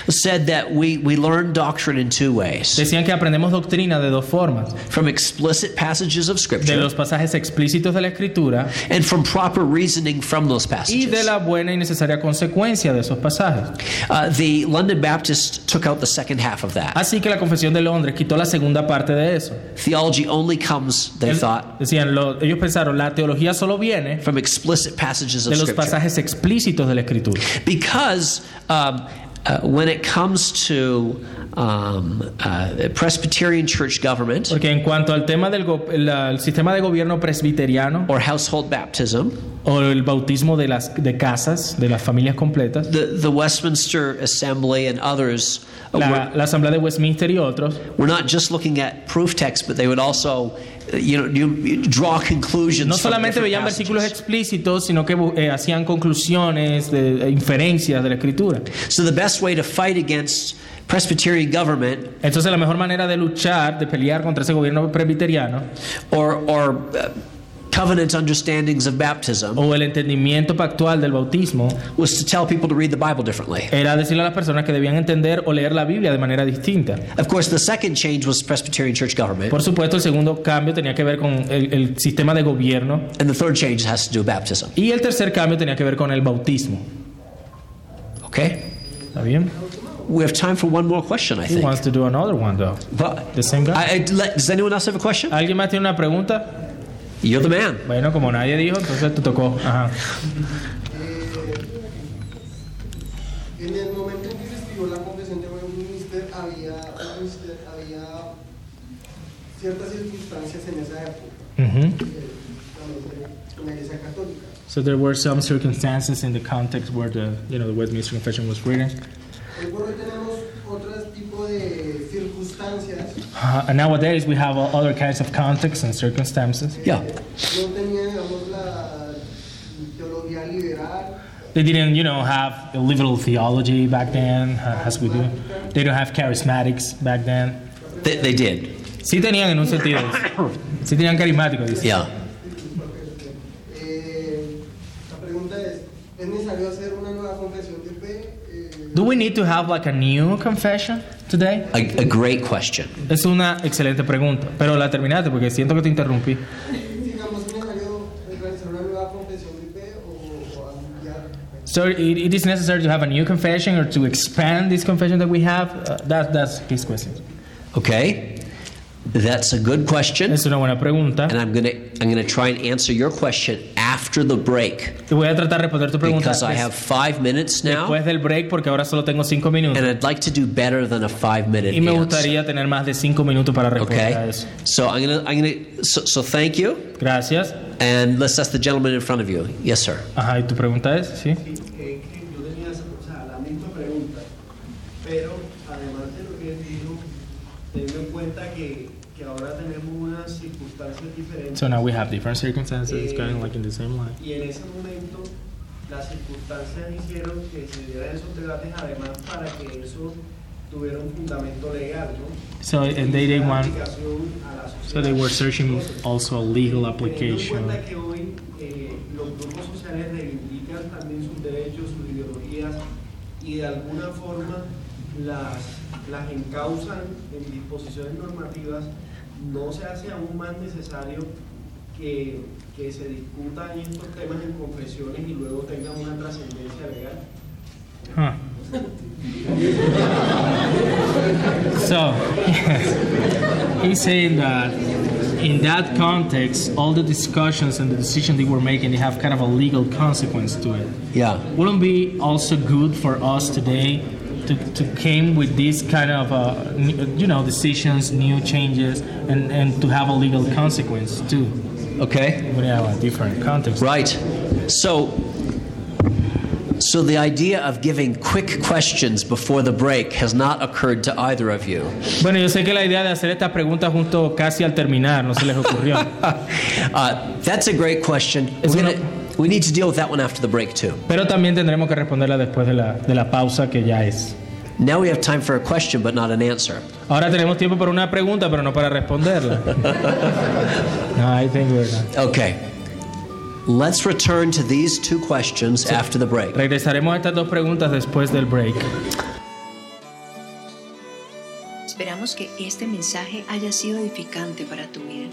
Speaker 2: said that we, we learn doctrine in two ways
Speaker 1: decían que aprendemos doctrina de dos formas.
Speaker 2: from explicit passages of
Speaker 1: de
Speaker 2: Scripture
Speaker 1: los pasajes explícitos de la escritura
Speaker 2: and from proper reasoning from those
Speaker 1: y de
Speaker 2: passages.
Speaker 1: la buena y necesaria consecuencia de esos pasajes.
Speaker 2: Uh, the London Baptist took out the second half of that.
Speaker 1: Así que la Confesión de Londres quitó la segunda parte de eso.
Speaker 2: Theology only comes, they thought,
Speaker 1: Decían, lo- ellos pensaron, la teología solo viene
Speaker 2: from explicit passages of
Speaker 1: de los
Speaker 2: Scripture.
Speaker 1: pasajes explícitos de la escritura.
Speaker 2: Because um, uh, when it comes to um, uh, Presbyterian church government
Speaker 1: Porque en cuanto al tema del go- la- el sistema de gobierno presbiteriano
Speaker 2: or household baptism,
Speaker 1: o el bautismo de las de casas, de las familias completas,
Speaker 2: the, the Westminster Assembly and others uh,
Speaker 1: la, la Asamblea de Westminster y otros,
Speaker 2: were, were not just looking at proof texts, but they would also, uh, you know, you, you draw conclusions.
Speaker 1: no
Speaker 2: from
Speaker 1: solamente
Speaker 2: different
Speaker 1: veían versículos
Speaker 2: passages.
Speaker 1: explícitos, sino que bu- eh, hacían conclusiones, de, eh, inferencias de la escritura.
Speaker 2: So the best way to fight against Presbyterian government
Speaker 1: Entonces la mejor manera de luchar, de pelear contra ese gobierno presbiteriano,
Speaker 2: or or uh, covenant understandings of baptism
Speaker 1: o el entendimiento pactual del bautismo
Speaker 2: was to tell people to read the Bible differently.
Speaker 1: era decirle a las personas que debían entender o leer la Biblia de manera distinta.
Speaker 2: Of course, the second change was Presbyterian church government,
Speaker 1: Por supuesto, el segundo cambio tenía que ver con el, el sistema de gobierno
Speaker 2: and the third change has to do with baptism.
Speaker 1: y el tercer cambio tenía que ver con el bautismo.
Speaker 2: Okay?
Speaker 1: ¿Está bien?
Speaker 2: We have time for one more question, I
Speaker 1: Who
Speaker 2: think.
Speaker 1: wants to do another one though?
Speaker 2: But
Speaker 1: The same guy?
Speaker 2: I, I- let- does anyone else have a question?
Speaker 1: ¿Alguien más tiene una pregunta?
Speaker 2: You're the man.
Speaker 1: Bueno, como nadie dijo, entonces te tocó. Ajá.
Speaker 6: Eh, En el momento en que se escribió la confesión de Westminster había, Westminster había ciertas circunstancias en esa época,
Speaker 1: Ujú.
Speaker 6: eh, en la iglesia católica.
Speaker 5: So there were some circumstances in the context where the, you know, the Westminster Confession was written.
Speaker 6: Hoy por hoy tenemos otro tipo de circunstancias.
Speaker 5: Uh, and nowadays we have
Speaker 1: uh,
Speaker 5: all other kinds of contexts and circumstances.
Speaker 6: eh,
Speaker 2: Yeah.
Speaker 6: No tenía, digamos, la teología liberal.
Speaker 5: They didn't, you know, have a liberal theology back then, uh, as we do. They don't have charismatics back then.
Speaker 2: They, they did.
Speaker 1: Sí tenían en un
Speaker 2: (coughs)
Speaker 1: sentido. Sí tenían carismático, dice.
Speaker 2: Yeah.
Speaker 6: Eh, la pregunta es, ¿es necesario hacer una nueva confesión de fe? Eh,
Speaker 1: Do we need to have like a new confession today?
Speaker 2: A, a great question.
Speaker 1: Es una excelente pregunta, pero la terminaste porque siento que te interrumpí.
Speaker 6: digamos, ¿es necesario realizar una nueva confesión de fe o, o ampliar?
Speaker 1: So it, it is necessary to have a new confession or to expand this confession that we have. Uh, that, that's his question.
Speaker 2: Okay? That's a good question.
Speaker 1: Es una buena pregunta.
Speaker 2: And I'm gonna I'm gonna try and answer your question after the break.
Speaker 1: Te voy a tratar de responder tu pregunta
Speaker 2: Because I have five minutes now.
Speaker 1: después del break porque ahora solo tengo cinco
Speaker 2: And
Speaker 1: minutos
Speaker 2: I'd like to do better than a five minute
Speaker 1: y me
Speaker 2: answer.
Speaker 1: gustaría tener más de cinco minutos para responder a
Speaker 2: Okay?
Speaker 1: eso.
Speaker 2: So I'm gonna I'm gonna so, so thank you.
Speaker 1: Gracias.
Speaker 2: And let's ask the gentleman in front of you. Yes, sir.
Speaker 1: Ajá, y tu pregunta es, sí.
Speaker 7: eh, que yo tenía o sea, la misma pregunta, pero además de lo que él dijo, teniendo en cuenta que, que ahora tenemos unas circunstancias diferentes
Speaker 5: So now we have different circumstances, kind of like in the same line.
Speaker 7: y en ese momento las circunstancias hicieron que se dieran esos debates además para que eso tuviera un fundamento legal, ¿no?
Speaker 5: So and they didn't
Speaker 7: Una
Speaker 5: want.
Speaker 7: aplicación a la
Speaker 5: So they were searching
Speaker 7: sociedad.
Speaker 5: also a legal
Speaker 7: Teniendo en
Speaker 5: application.
Speaker 7: cuenta que hoy eh, los grupos sociales reivindican también sus derechos, sus ideologías y de alguna forma las, las encausan en disposiciones normativas, no se hace aún más necesario que, que se discutan estos temas en confesiones y luego tengan una trascendencia legal.
Speaker 5: Huh. so, (laughs) he's saying that in that context, all the discussions and the decisions they were making, they have kind of a legal consequence to it.
Speaker 2: Yeah.
Speaker 5: Wouldn't be also good for us today to, to came with these kind of uh, n- you know decisions, new changes, and, and to have a legal consequence too.
Speaker 2: Okay.
Speaker 5: We have a different context.
Speaker 2: Right. So so the idea of giving quick questions before the break has not occurred to either of you.
Speaker 1: Bueno, yo sé que la idea de hacer estas preguntas justo casi al terminar no se
Speaker 5: (laughs)
Speaker 1: les ocurrió.
Speaker 2: Uh, that's a great question. We're
Speaker 1: Is it
Speaker 2: gonna,
Speaker 1: not-
Speaker 2: we need to deal with that one after the break too.
Speaker 1: Pero también tendremos que responderla después de la, de la pausa que ya es.
Speaker 2: Now we have time for a question, but not an answer.
Speaker 1: Ahora tenemos tiempo para una pregunta, pero no
Speaker 5: (laughs)
Speaker 1: para responderla. No, I think we're not.
Speaker 2: Okay. Let's return to these two questions after the break.
Speaker 1: Regresaremos a estas dos preguntas después del break.
Speaker 8: Esperamos que este mensaje haya sido edificante para tu vida.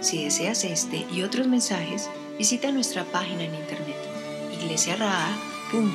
Speaker 8: Si deseas este y otros mensajes, visita nuestra página en internet iglesiaraa.org.